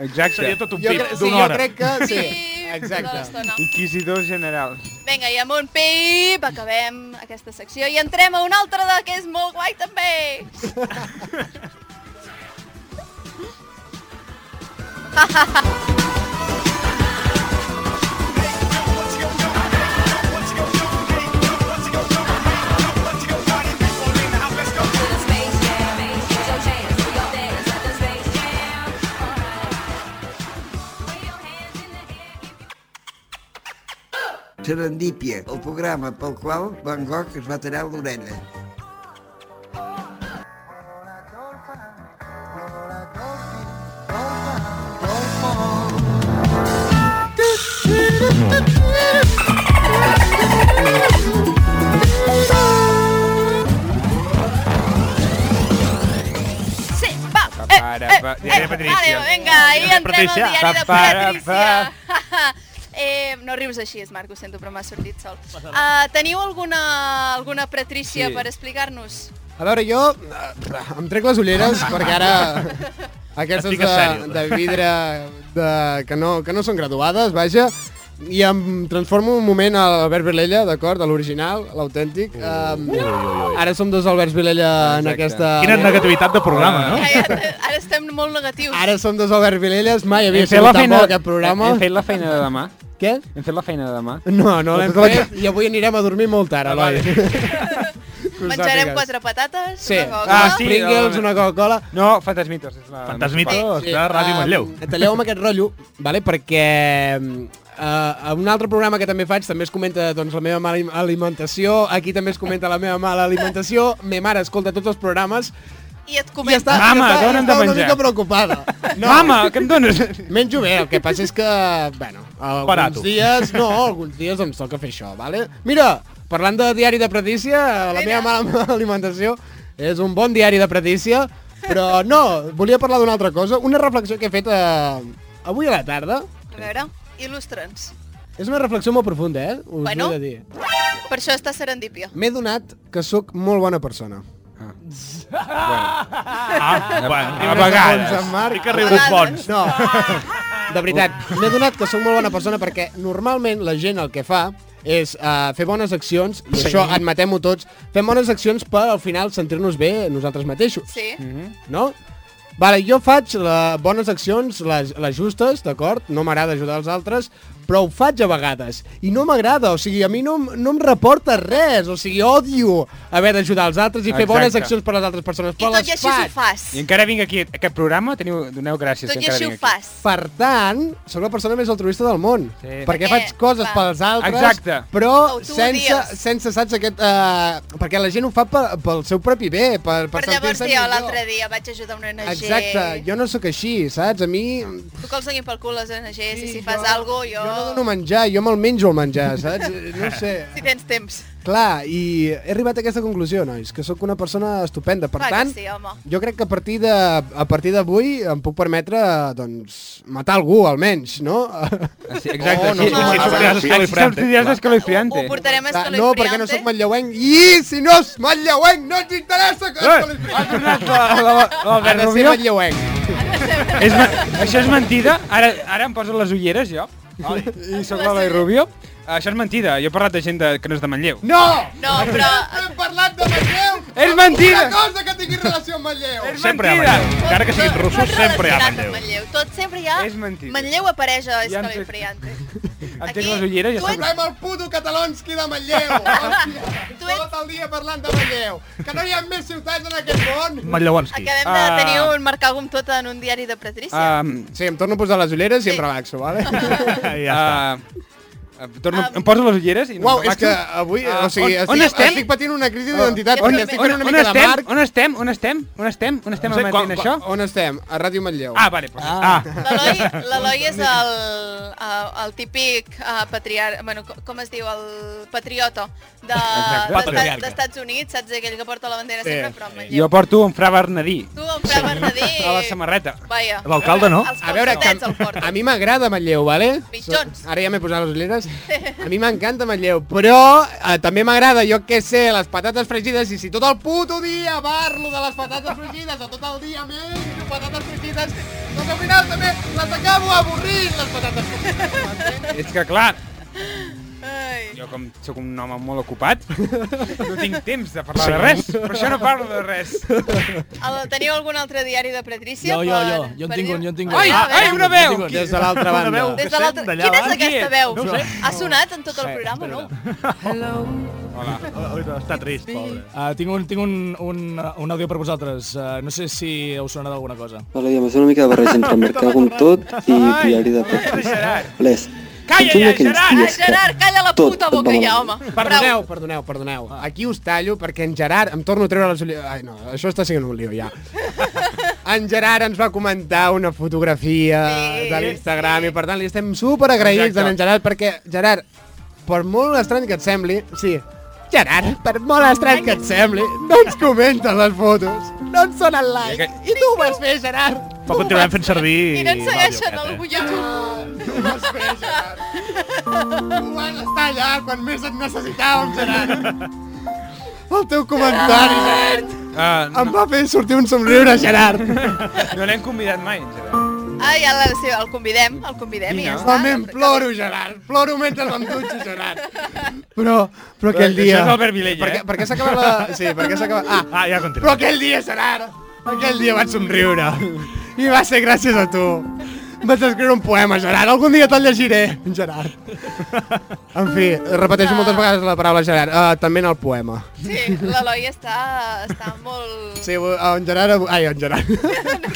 S3: Exacte.
S5: Seria tot un
S4: jo,
S5: pip
S4: cre sí,
S5: d'una
S4: jo
S5: hora.
S4: crec que... Sí,
S1: Tota
S4: exacte.
S1: l'estona.
S3: Inquisidor general.
S1: Vinga, i amb un pip acabem aquesta secció i entrem a una altra de que és molt guai també.
S2: Serendípia, el programa pel qual Van Gogh es va tallar l'orella.
S1: Sí, va.
S3: Pa,
S1: Eh,
S3: para,
S1: eh,
S3: pa.
S1: eh,
S3: Diari de Patrícia.
S1: Vale, vinga, i
S5: Diari
S1: entrem
S5: de
S1: al
S5: Patrícia.
S1: diari de
S3: Pa, para,
S1: Patrícia. Eh, no rius així, és Marc, ho sento, però m'ha sortit sol. Uh, teniu alguna, alguna patrícia
S3: Sí.
S1: sí. per explicar-nos?
S4: A veure, jo eh, em trec les ulleres perquè ara aquestes
S5: Estic a
S4: de,
S5: sèrio.
S4: de vidre de, que, no, que no són graduades, vaja, i em transformo un moment a l'Albert Vilella, d'acord? A l'original, l'autèntic. Um, ara som dos Alberts Vilella en
S3: Exacte.
S4: aquesta...
S5: Quina negativitat de programa, no?
S1: Ai, Ara, ara estem molt negatius.
S4: Ah. Ara som dos Albert Vilelles, mai havia
S3: Hem fet la
S4: sigut tan
S3: feina-
S4: bo aquest programa.
S3: Hem fet la feina de demà.
S4: Què?
S3: Hem fet la feina de demà.
S4: No, no
S3: tota
S4: l'hem fet i avui anirem a dormir molt
S3: Ah,
S4: tard, Eloi. Que ho
S1: Menjarem
S4: sàpigues.
S1: quatre patates,
S4: Sí.
S1: una coca.
S4: Ah,
S3: sí,
S4: Pringles,
S3: home.
S4: una Coca-Cola...
S3: No, Fantasmitos. És la
S5: Fantasmitos.
S1: Sí.
S5: Oh, està a Ràdio
S4: ah,
S5: Manlleu.
S4: Talleu amb aquest rotllo, vale? perquè uh, un altre programa que també faig també es comenta doncs, la meva mala im- alimentació, aquí també es comenta la meva mala alimentació, me mare escolta tots els programes
S1: I et
S4: i està,
S1: comenta.
S3: Mama,
S4: i està,
S3: dóna'm de
S4: està una
S3: menjar.
S4: mica preocupada.
S3: No. Mama, què em dones?
S4: Menjo bé, el que passa és que, bueno, alguns
S5: Barato.
S4: dies, no, alguns dies em toca fer això, vale? Mira, parlant de diari de pretícia, la
S1: Mira.
S4: meva mala alimentació és un bon diari de pretícia, però no, volia parlar d'una altra cosa, una reflexió que he fet eh, avui a la tarda,
S1: A veure, il·lustra'ns.
S4: és una reflexió molt profunda, eh? Us
S1: Bueno.
S4: bueno. he de dir.
S1: Per això està serendípia.
S4: M'he donat que sóc molt bona persona.
S5: Ah, bueno,
S3: A vegades.
S4: Doncs en Marc...
S5: Fica riures bons.
S4: No, de veritat, m'he donat que sóc molt bona persona perquè normalment la gent el que fa és uh, fer bones accions, i això admetem-ho tots, fem bones accions per al final sentir-nos bé nosaltres mateixos,
S1: Sí?
S4: no? Vale, jo faig la, bones accions, les, les justes, d'acord? No m'agrada ajudar els altres, però ho faig a vegades. I no m'agrada, o sigui, a mi no, em- no em reporta res, o sigui, odio haver d'ajudar els altres i fer
S3: Exacte.
S4: bones accions per a les altres persones,
S1: I
S4: però
S1: tot
S4: les
S1: i així ho
S4: faig.
S1: fas.
S3: I encara vinc aquí, a aquest programa, teniu, doneu gràcies.
S1: Tot i
S3: que encara
S1: així ho
S3: vinc aquí.
S1: fas.
S4: Per tant, sóc la persona més altruista del món.
S3: Sí.
S4: Perquè,
S1: Perquè,
S4: faig coses
S1: clar.
S4: pels altres,
S3: Exacte.
S4: però
S1: Autoodies.
S4: sense, sense, saps, aquest... Uh, perquè la gent ho fa pe, pel seu propi bé, per, per,
S1: Per llavors
S4: sentir-se
S1: dir,
S4: millor.
S1: l'altre dia vaig ajudar una ONG.
S4: Exacte, jo no sóc així, saps? A mi...
S1: Tu que els donin pel cul les ONGs i si
S4: jo-
S1: fas alguna cosa, jo...
S4: Jo no dono menjar, jo me'l menjo el menjar, saps? No ho sé.
S1: Si tens temps.
S4: Clar, i he arribat a aquesta conclusió, nois, que sóc una persona estupenda. Per
S1: Clar que
S4: tant,
S1: sí, home.
S4: jo crec que a partir de a partir d'avui em puc permetre, doncs, matar algú, almenys, no?
S3: Ah, sí, exacte.
S5: Oh, no,
S3: així-
S5: no,
S3: així
S5: no,
S3: sortiràs d'escola
S5: no, no,
S3: i frente.
S5: no,
S3: Sortiràs
S5: no,
S3: d'escola i
S1: Ho
S3: frente.
S1: portarem a
S4: Ah,
S1: Escalofriante.
S4: no, perquè no
S1: eh?
S4: sóc manlleuenc. I si no és manlleuenc, no ens interessa que
S3: Eh, Ah,
S4: eh,
S3: ha tornat la- la-
S4: Ha
S3: l'Albert
S4: de ser
S3: Rubio.
S4: manlleuenc.
S3: És men- això és mentida? Ara, ara em poso les ulleres, jo. I sóc l'Eloi Rubio. Això és mentida. Jo he parlat de gent de, que no és de Manlleu.
S4: No!
S1: No, però...
S4: Hem parlat de Manlleu!
S3: És mentida!
S4: Una cosa que tingui relació amb Manlleu!
S3: És
S5: Sempre hi ha
S3: mentida!
S5: Manlleu. Encara que siguin
S1: tot-
S5: russos,
S1: tot
S5: sempre hi ha
S1: relacionat amb
S5: Manlleu.
S1: Tot sempre hi ha...
S3: És mentida.
S1: Manlleu apareix a
S3: Ja em trec-
S1: Escalofriante.
S3: Em trec les ulleres i ja
S1: tu ets-
S3: sóc...
S4: el puto catalonski de Manlleu! Hòstia,
S1: Tu ets-
S4: el dia parlant de Manlleu! Que no hi ha més ciutats en aquest món!
S5: Manlleuanski.
S1: Acabem de
S3: Ah.
S1: tenir un marcàgum tot en un diari de
S4: Ah.
S1: Patrícia.
S3: Um,
S4: Sí, em torno a posar les ulleres
S1: Sí.
S4: i em relaxo, vale?
S5: Ja està.
S3: ja uh, torno, ah, em poso les ulleres i no
S4: Uau,
S3: em
S4: és que
S3: relaxo.
S4: avui,
S3: Ah,
S4: o sigui,
S3: on- on
S4: estic,
S3: estem?
S4: estic patint una crisi d'identitat
S1: Ja
S4: perquè
S1: trobem-
S4: estic fent
S1: on-
S4: una
S3: on,
S4: mica de
S3: estem?
S4: Marc.
S3: on estem? On estem? On estem? On estem
S5: No sé,
S3: emetent
S5: quan-
S3: això?
S4: On estem? A Ràdio Manlleu.
S3: Ah, vale. Pues, ah.
S1: L'Eloi
S3: ah.
S1: L'Eloi és el, el, el típic uh, patriar... Bueno, co- com es diu? El patriota de-
S3: Exacte.
S1: de-
S6: Patriarca.
S5: Eh,
S1: d'Estats Units, saps? Aquell que porta la bandera sempre, però amb Manlleu.
S3: Jo porto un fra Bernadí.
S1: Tu, amb Però verdader...
S3: A la samarreta.
S1: Vaja.
S5: L'alcalde, no?
S1: Els
S4: A veure, que
S1: calçotets el porten.
S4: a mi m'agrada Manlleu, vale?
S1: Mitjons.
S4: Ara ja m'he posat les ulleres. A mi m'encanta Manlleu, però eh, també m'agrada, jo què sé, les patates fregides, i si tot el puto dia parlo de les patates fregides, de tot el dia més, i patates fregides, doncs al final també les acabo avorrint, les patates fregides. m'entens?
S3: És que, clar,
S1: Ai.
S3: jo com sóc un home molt ocupat, no tinc temps de parlar de res, però això no parlo de res.
S1: El, teniu algun altre diari de Patrícia?
S6: Jo, jo, jo.
S1: per-
S6: Jo en
S1: per
S6: tinc
S1: dir-
S6: un, jo en tinc un.
S3: Ai,
S1: Ah, a veure.
S3: ai, una veu!
S6: Qui-
S4: Des de l'altra
S5: Una veu.
S4: banda.
S1: Des de l'altra...
S5: D'allà,
S1: Quina és
S5: va?
S1: aquesta
S3: Qui?
S1: veu?
S5: No ho sé.
S1: Ha sonat en tot el
S4: Sí,
S1: programa, no?
S3: Hola.
S5: Oi, Està trist, pobre.
S6: Uh, tinc un, tinc un, un, uh, un àudio per vosaltres. Uh, no sé si us sonarà d'alguna cosa.
S7: Hola, diem, és una mica de barreja entre em cago amb tot i diari de
S3: Ai,
S7: Patrícia.
S3: Gerard.
S7: Les,
S3: Calla
S7: em sembla
S3: ja,
S7: aquells
S3: Gerard!
S1: Ah,
S7: dies que
S1: Gerard, calla la
S7: tot
S1: puta
S7: et va
S1: boca ja, home.
S7: malament.
S4: Perdoneu, perdoneu, perdoneu. Aquí us tallo perquè en Gerard... Em torno a treure les ulleres... Ai, no, això està sent un lío, ja. En Gerard ens va comentar una fotografia
S1: Sí,
S4: de l'Instagram i, per tant, li estem super agraïts
S3: Exacte.
S4: a en Gerard perquè, Gerard, per molt estrany que et sembli... Sí, Gerard, per molt estrany que et sembli, no ens comenten les fotos, no ens sonen
S3: Ja
S4: like.
S3: que-
S4: I tu ho vas fer, Gerard.
S5: Però continuem fent servir...
S1: I no ens segueixen
S5: l'àudio
S1: al
S5: aquest, eh?
S1: YouTube.
S4: Tu ho vas fer, Gerard. Tu vas estar allà quan més et necessitàvem, Gerard. El teu comentari, Gerard.
S3: Ah,
S4: Em
S3: no,
S4: va fer sortir un somriure, Gerard.
S3: no l'hem convidat mai, en Gerard.
S1: Ai, ja la, sí, el convidem, el convidem i ja
S3: Vinga.
S1: està.
S4: Realment ploro, Gerard. Ploro mentre me'n dutxo, Gerard. Però, però aquell
S3: Això
S4: dia...
S3: és Albert Vilella,
S4: Per
S3: eh?
S4: què, per què s'acaba la... Sí, per què s'acaba... Ah,
S5: Ah, ja continuem.
S4: Però aquell dia, Gerard, aquell dia vaig somriure. I va ser gràcies a tu. Vaig escriure un poema, Gerard. Algun dia te'l llegiré, Gerard. En fi, repeteixo moltes vegades la paraula Gerard, uh, també en el poema.
S1: Sí, l'Eloi està, està molt...
S4: Sí, uh, en Gerard... avui- Ai, en Gerard.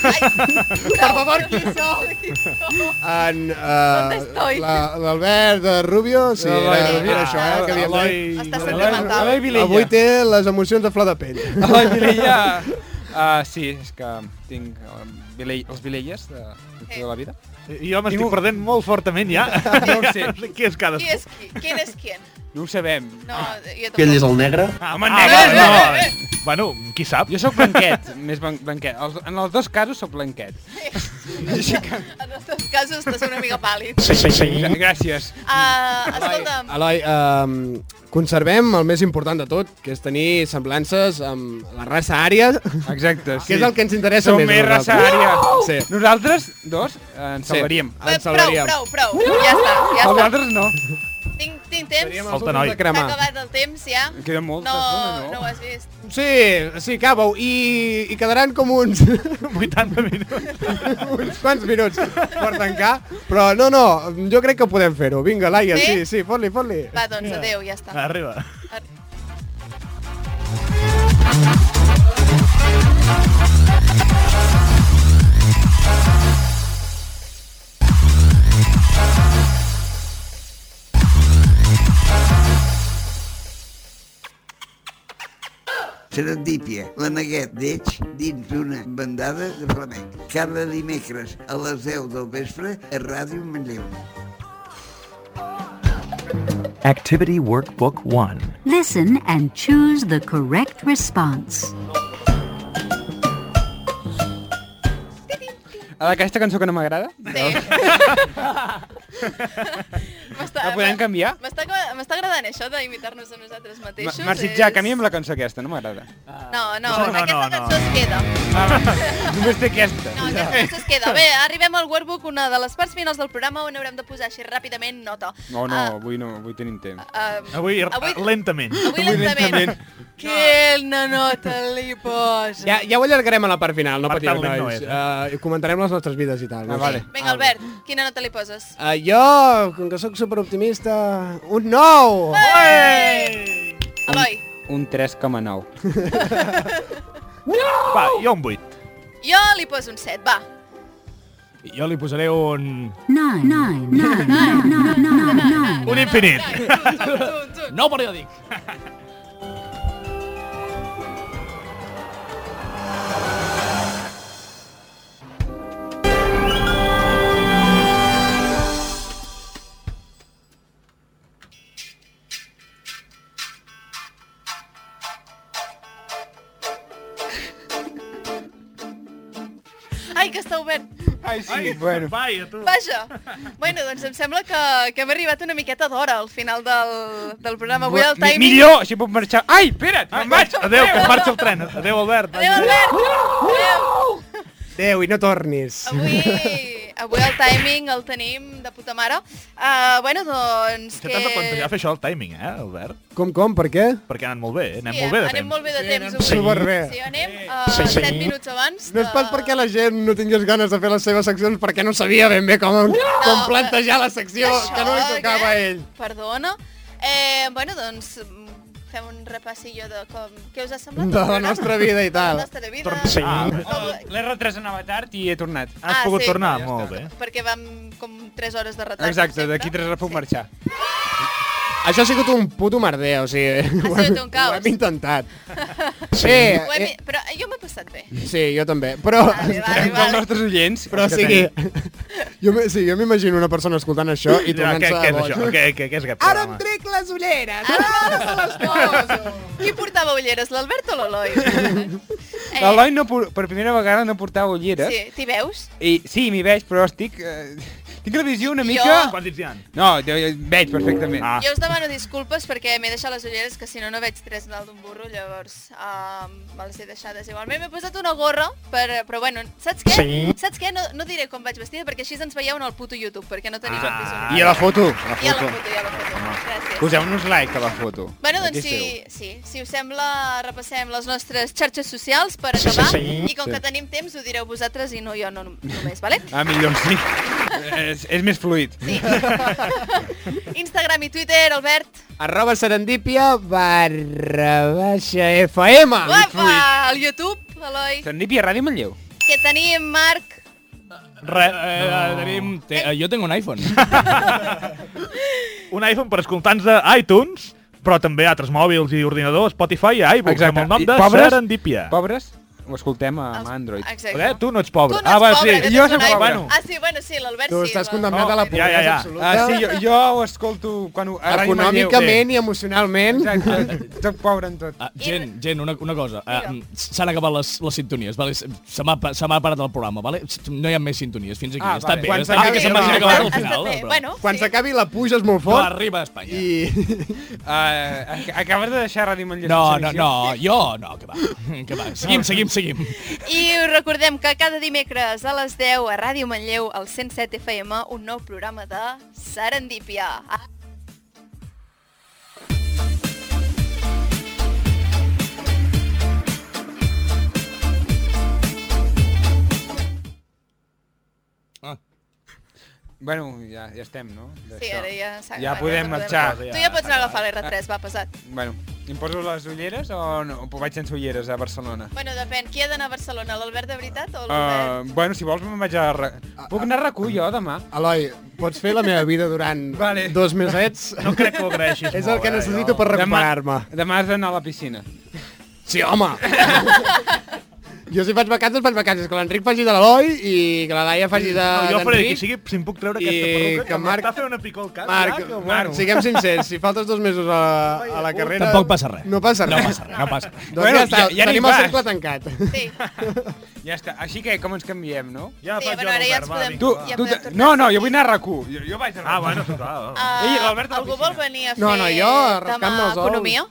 S1: Per favor, qui sóc?
S4: En...
S1: ¿Dónde
S4: Uh,
S1: estoy?
S4: la- L'Albert de Rubio, sí, era,
S3: L'Eloi-
S4: era això, eh,
S1: Ah,
S4: que havíem dit.
S5: Eloi-
S1: Està
S5: Eloi-
S1: sentimental.
S3: Eloi Vilella.
S4: Avui té les emocions a flor de pell.
S3: Eloi Vilella... Ah, sí, és que tinc eh, Vilell, els Vilelles de, de tota la vida.
S5: Jo m'estic
S3: Ningú-
S5: perdent molt fortament ja.
S3: No ho sé.
S5: No sé qui és
S1: Qui
S5: cadascú.
S1: és qui? Quin és quién?
S3: No ho sabem.
S1: No, jo tampoc.
S8: Aquell és el negre.
S5: Ah,
S3: Home,
S5: ah,
S3: negre,
S5: va,
S1: no.
S5: va. Bueno, qui sap?
S3: Jo sóc blanquet, més blan- blanquet. Els- En els dos casos sóc blanquet.
S1: En els teus casos estàs una mica pàl·lid.
S3: Gràcies.
S1: Uh, escolta'm,
S4: Eloi, um, conservem el més important de tot, que és tenir semblances amb la raça ària, que
S3: Exacte, sí.
S4: és el Ah, que ens interessa
S3: Som
S4: més. a
S3: més
S4: nosaltres.
S3: raça
S4: Uh!
S3: ària.
S4: Sí.
S3: Nosaltres dos eh, ens
S4: Sí.
S3: salvaríem.
S1: va,
S4: Ens
S1: prou,
S4: salvaríem.
S1: prou, prou. Ja està, ja
S3: Els
S1: està.
S3: altres no.
S1: Tinc, tinc temps?
S5: Falta noi.
S4: De
S1: S'ha
S4: cremar.
S1: acabat el temps, ja?
S3: En queda molta
S1: No,
S3: estona, no?
S1: no ho has vist.
S4: Sí, sí, acabeu. I, I quedaran com uns,
S5: 80 minuts.
S4: uns quants minuts per tancar. Però no, no, jo crec que podem fer-ho. Vinga, Laia,
S1: Sí?
S4: sí, sí, fot-li, fot-li.
S1: Va, doncs, adeu, ja està.
S5: Arriba.
S2: Serendípia, l'aneguet d'Eix dins d'una bandada de flamenc. Cada dimecres a les 10 del vespre a Ràdio Manlleu.
S9: Activity Workbook 1.
S10: Listen and choose the correct response.
S3: A aquesta cançó que no m'agrada,
S1: Sí. M'està-
S3: la podem canviar?
S1: M'està aca- m'està agradant això d'imitar-nos a nosaltres
S3: Ma-
S1: mateixos.
S3: Marci
S1: és-
S3: Jack, a mi amb la cançó aquesta, no m'agrada.
S1: No, no,
S5: No, no,
S1: aquesta
S5: no, no.
S1: cançó es queda.
S3: Només té aquesta.
S1: No, aquesta cançó es queda. Bé, arribem al workbook, una de les parts finals del programa on haurem de posar així ràpidament nota.
S3: No, no,
S1: Ah,
S3: avui no, avui tenim temps.
S1: ah,
S5: Avui,
S1: Avui-
S5: lentament.
S1: avui lentament. Quina nota li posa.
S4: Ja, ja ho allargarem a la part final, no
S5: Per
S4: patiu,
S5: tant, lent no
S4: nois.
S5: és,
S4: Uh, comentarem les nostres vides i tal.
S3: eh? Ah,
S4: no?
S3: vale.
S1: Vinga, Albert, quina nota li poses?
S4: Uh, jo, com que sóc superoptimista, un 9!
S5: Eh!
S1: Eloi,
S3: Un 3,9.
S5: Va, jo un 8.
S1: jo li poso un 7, va.
S6: Jo li posaré un...
S10: Nine, nine, nine, nine, nine, nine,
S1: Ah,
S10: nine.
S5: Un infinit.
S1: Dai, tu, tu, tu, tu.
S6: No periòdic!
S1: Ai, que està obert.
S3: Ai, sí,
S5: Ai,
S3: bueno.
S5: Vaya, tu.
S1: Vaja. Bueno, doncs em sembla que, que hem arribat una miqueta d'hora al final del, del programa. Avui el
S3: Mi-
S1: timing...
S3: Millor, així puc marxar. Ai, espera't, me'n vaig.
S5: Adéu, que es Ah, marxa el tren. Adéu, Albert.
S1: Adéu, Albert. Adéu.
S4: Adéu, i no tornis.
S1: Avui, avui el timing el tenim de puta mare. Uh, bueno, doncs
S5: Se
S1: que...
S5: t'has de plantejar fer això al timing, eh, Albert?
S4: Com, com, per què?
S5: Perquè ha anat molt bé, eh? anem
S1: Sí,
S5: molt bé de
S1: anem
S5: temps.
S1: molt bé de temps. avui.
S4: superbé.
S1: Sí, anem uh, 7 minuts abans.
S4: No és pas perquè la gent no tingués ganes de fer les seves seccions perquè no sabia ben bé com, com
S1: No,
S4: plantejar la secció que no li tocava a ell.
S1: eh? Perdona. Eh, bueno, doncs mm, fem un repassillo de com... Què us ha semblat?
S4: De la
S1: el programa?
S4: nostra vida i tal.
S1: De la nostra vida.
S5: Ah,
S1: Com-
S3: L'R3 anava tard i he tornat.
S5: has
S1: Ah,
S5: pogut
S1: sí.
S5: tornar,
S1: Ja
S5: molt bé.
S1: Perquè vam com 3 hores de retard.
S3: Exacte,
S1: com sempre.
S3: d'aquí 3 hores puc marxar.
S4: Això ha sigut un puto merder, o sigui... ho hem-
S1: sigut un caos.
S4: Ho hem intentat. Sí,
S1: Ho hem...
S4: eh,
S1: Però jo m'he passat bé.
S4: sí, jo també. Però...
S1: Vale, vale,
S3: Amb els
S1: vale.
S3: nostres oients.
S4: Però o
S3: els que
S4: sigui...
S3: tenim.
S4: Jo, me- sí, jo m'imagino una persona escoltant això i
S5: Ja, què,
S4: tornant-se
S5: què
S4: a
S5: és
S4: boig.
S5: això? Què, què, què és aquest
S4: Ara em
S5: programa?
S4: trec les ulleres, ara se les poso.
S1: Qui portava ulleres, l'Albert o l'Eloi? Eh,
S3: L'Eloi no, por- per primera vegada no portava ulleres.
S1: Sí, t'hi veus?
S3: I, sí, m'hi veig, però estic... Eh, tinc la visió una
S1: Jo-
S3: mica...
S5: Quants dits hi ha?
S3: No, jo, jo veig perfectament.
S5: Ah.
S1: Jo us demano disculpes perquè m'he deixat les ulleres, que si no no veig tres dalt d'un burro, llavors uh, me les he deixades igualment. M'he posat una gorra, per, però bueno, saps què? Sí. Saps què? No, no diré com vaig vestida perquè així ens veieu en el puto YouTube, perquè no teniu cap visual.
S3: Ah. I a la foto. A la
S1: I a la
S3: foto.
S1: foto, i a la foto. Gràcies.
S3: Poseu-nos like a la foto.
S1: Bueno, doncs
S3: Aquí esteu.
S1: si, sí, si us sembla, repassem les nostres xarxes socials per acabar. Sí, sí, sí. I com que tenim temps, ho direu vosaltres i no jo no, només, vale?
S3: Ah, millor sí. és, és més fluid. Sí.
S1: Instagram i Twitter, Albert.
S4: Arroba serendipia barra baixa FM.
S1: Uepa! Al YouTube, Eloi.
S3: Serendipia Ràdio Manlleu.
S1: Que tenim Marc.
S6: Re, eh, no. tenim, te, eh, jo tinc un iPhone.
S5: Un iPhone per escoltar-nos a iTunes, però també altres mòbils i ordinadors, Spotify i iBooks, amb el nom
S3: I
S5: de
S3: pobres-
S5: Serendipia.
S3: Pobres, ho escoltem amb
S1: Els-
S3: Android.
S1: Exacte.
S5: Eh, tu no ets pobre.
S1: Tu no ets
S5: va,
S1: pobre,
S5: sí.
S1: que
S3: jo
S1: tens un
S3: sóc
S1: iPhone.
S3: pobre.
S1: Ah, sí, bueno, sí, l'Albert
S4: Tu
S1: sí.
S4: estàs
S1: la-
S4: condemnat a la
S5: Oh, Ja,
S4: pobresa
S5: ja, ja.
S4: absoluta.
S3: Ah, sí, jo, jo ho escolto quan ho... a Ràdio Manlleu.
S4: Econòmicament i emocionalment.
S3: Exacte, soc pobre en tot.
S6: Ah, gent, gent, una, una cosa.
S1: Digue'm.
S6: Uh, S'han acabat les, les sintonies, vale? Se se m'ha pa- se m'ha parat el programa, vale? No hi ha més sintonies, fins aquí.
S3: Ah,
S6: Ah, està
S3: vale.
S6: bé,
S3: Quan
S6: està
S3: s'acabi
S6: bé que se
S3: el
S6: m'hagi
S3: programa.
S6: acabat al
S1: Està
S6: final.
S1: bé.
S6: però-
S1: Bueno,
S4: Quan
S1: sí.
S4: s'acabi la puja és molt
S6: No
S4: fort
S6: arriba a Espanya. I...
S4: i...
S3: Uh, acabes de deixar Ràdio Manlleu.
S6: No,
S3: sense
S6: no,
S3: edició.
S6: no, jo no, que va. Que va. Seguim, seguim, seguim.
S1: I us recordem que cada dimecres a les 10 a Ràdio Manlleu, al 107 FM, un nou programa de Serendipia. Ah.
S3: Bueno, ja, ja estem, no?
S1: Sí,
S3: D'això.
S1: ara ja s'ha
S3: Ja
S1: acabat,
S3: podem marxar.
S1: Tu ja pots anar a agafar l'R3, va, passat.
S3: Bueno, em poso les ulleres o no? O vaig sense ulleres a Barcelona?
S1: Bueno, depèn, qui ha d'anar a Barcelona, l'Albert de veritat o l'Albert?
S3: Uh, bueno, si vols me'n vaig a... Ra- Puc anar a RAC1 jo demà?
S4: Eloi, pots fer la meva vida durant
S3: Vale.
S4: dos mesets?
S5: No crec que ho agraeixis
S4: És el
S5: molt,
S4: que
S5: eh,
S4: necessito
S5: jo.
S4: per
S3: Demà-
S4: recuperar-me.
S3: Demà has d'anar a la piscina.
S4: Sí, home! jo si faig vacances, faig vacances. Que l'Enric faci de l'Eloi i que la Laia faci de
S5: No, jo faré que
S4: d'Enric.
S5: sigui, si em puc treure
S4: i
S5: aquesta perruca,
S4: que
S5: que,
S4: Marc-
S5: m'està fent una picor al cap.
S4: Marc,
S5: ja, que, bueno.
S4: Marc, siguem sincers, si faltes dos mesos a, a la carrera...
S6: Tampoc passa res.
S4: No passa
S6: No
S4: res.
S6: passa res, no passa res.
S4: Doncs
S3: Bueno,
S4: ja està,
S3: ja- ja n'hi
S4: tenim el
S3: vas.
S4: cercle tancat.
S1: Sí,
S3: Ja està. Així que com ens canviem, no?
S5: Ja
S1: sí,
S5: faig
S1: bueno,
S5: jo
S1: ara ja
S5: l'Albert,
S1: ens
S5: va,
S1: podem...
S5: vinga,
S3: Tu,
S5: va.
S1: ja
S3: tu
S1: podem
S3: te...
S1: tornar.
S3: No, no, jo vull anar a RAC1. Jo, jo vaig a
S5: Ah,
S3: RAC1.
S5: bueno, total.
S1: Ah,
S3: Ei, l'Albert de la
S1: algú
S3: piscina.
S1: vol venir a fer
S4: No, no, jo a rascar-me
S1: demà
S4: els ous.
S1: economia?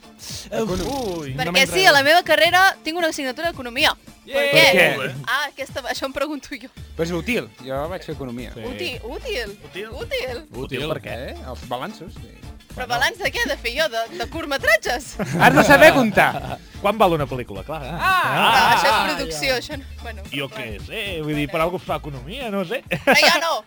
S5: Ui.
S1: Perquè sí, a la meva carrera tinc una assignatura d'economia. Per
S3: Per
S1: què?
S3: què?
S1: Ah, aquesta, això em pregunto jo.
S3: Però és útil. Jo vaig fer economia. Sí.
S1: Útil, útil,
S5: Útil.
S1: útil.
S6: Útil.
S3: Per què? Els balanços. Sí.
S1: Però balanç de què he de fer jo? De, de curtmetratges? Ah,
S3: Has de saber comptar.
S5: Quan val una pel·lícula, clar. Ah.
S1: això és
S3: Ah,
S1: producció, això no... Bueno,
S5: Jo què sé, vull dir, per algú fa economia, no sé.
S1: Però ja no!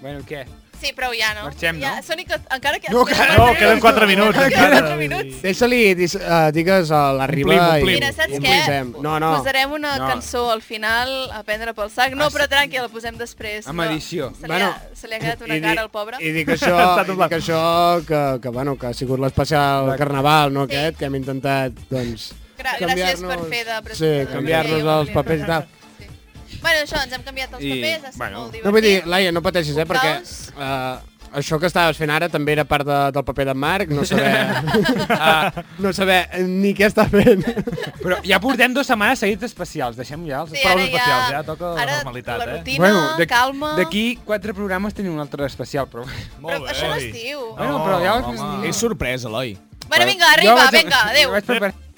S3: Bueno, què?
S1: Sí, però ja no.
S3: Marxem, no?
S1: ja, Sònic, encara que...
S3: No,
S1: queden
S3: que-
S5: No,
S1: quatre
S5: queden 4 minuts.
S1: Queden
S5: encara,
S1: 4
S5: vull dir.
S1: minuts.
S4: Deixa-li, dis- eh, digues a la Riba...
S6: Omplim,
S4: i-
S6: omplim.
S1: Mira, saps què?
S4: i improvisem. No, no. Ah,
S1: Posarem una
S3: No.
S1: cançó al final a prendre pel sac. No, però tranqui, la posem després.
S3: Amb
S1: No,
S3: edició.
S1: Se li,
S4: Bueno,
S1: ha, se li ha quedat una
S4: di-
S1: cara al pobre.
S4: I dic això,
S5: Està
S4: i
S5: doblat.
S4: dic això que, que, bueno, que ha sigut l'especial Carnaval, no aquest, que hem intentat, doncs,
S1: Gra gràcies per fer de
S4: Sí,
S1: presentador, perquè
S4: canviar-nos
S1: jo
S4: els
S1: volia-
S4: papers i tal.
S1: Sí. Bueno, això, ens hem canviat els
S3: I,
S1: papers, ha estat
S3: bueno,
S1: molt divertit.
S4: No vull dir, Laia, no pateixis, eh, perquè
S1: Portals.
S4: uh, Això que estaves fent ara també era part de, del paper d'en Marc, no saber, ah, no saber ni què està fent.
S3: Però ja portem dues setmanes seguits especials. Deixem ja els
S1: Sí,
S3: sí,
S1: ara
S3: programes
S1: ja-
S3: especials, ja toca
S1: ara
S3: la normalitat,
S1: la
S3: eh?
S1: rutina, calma.
S3: D'aquí quatre programes tenim un altre especial, però...
S1: Però això a l'estiu.
S3: Bueno, però ja-
S5: home.
S6: És sorpresa, Eloi.
S1: Bueno, vinga, arriba, vinga, adéu.
S3: Jo vaig preparar
S6: eh,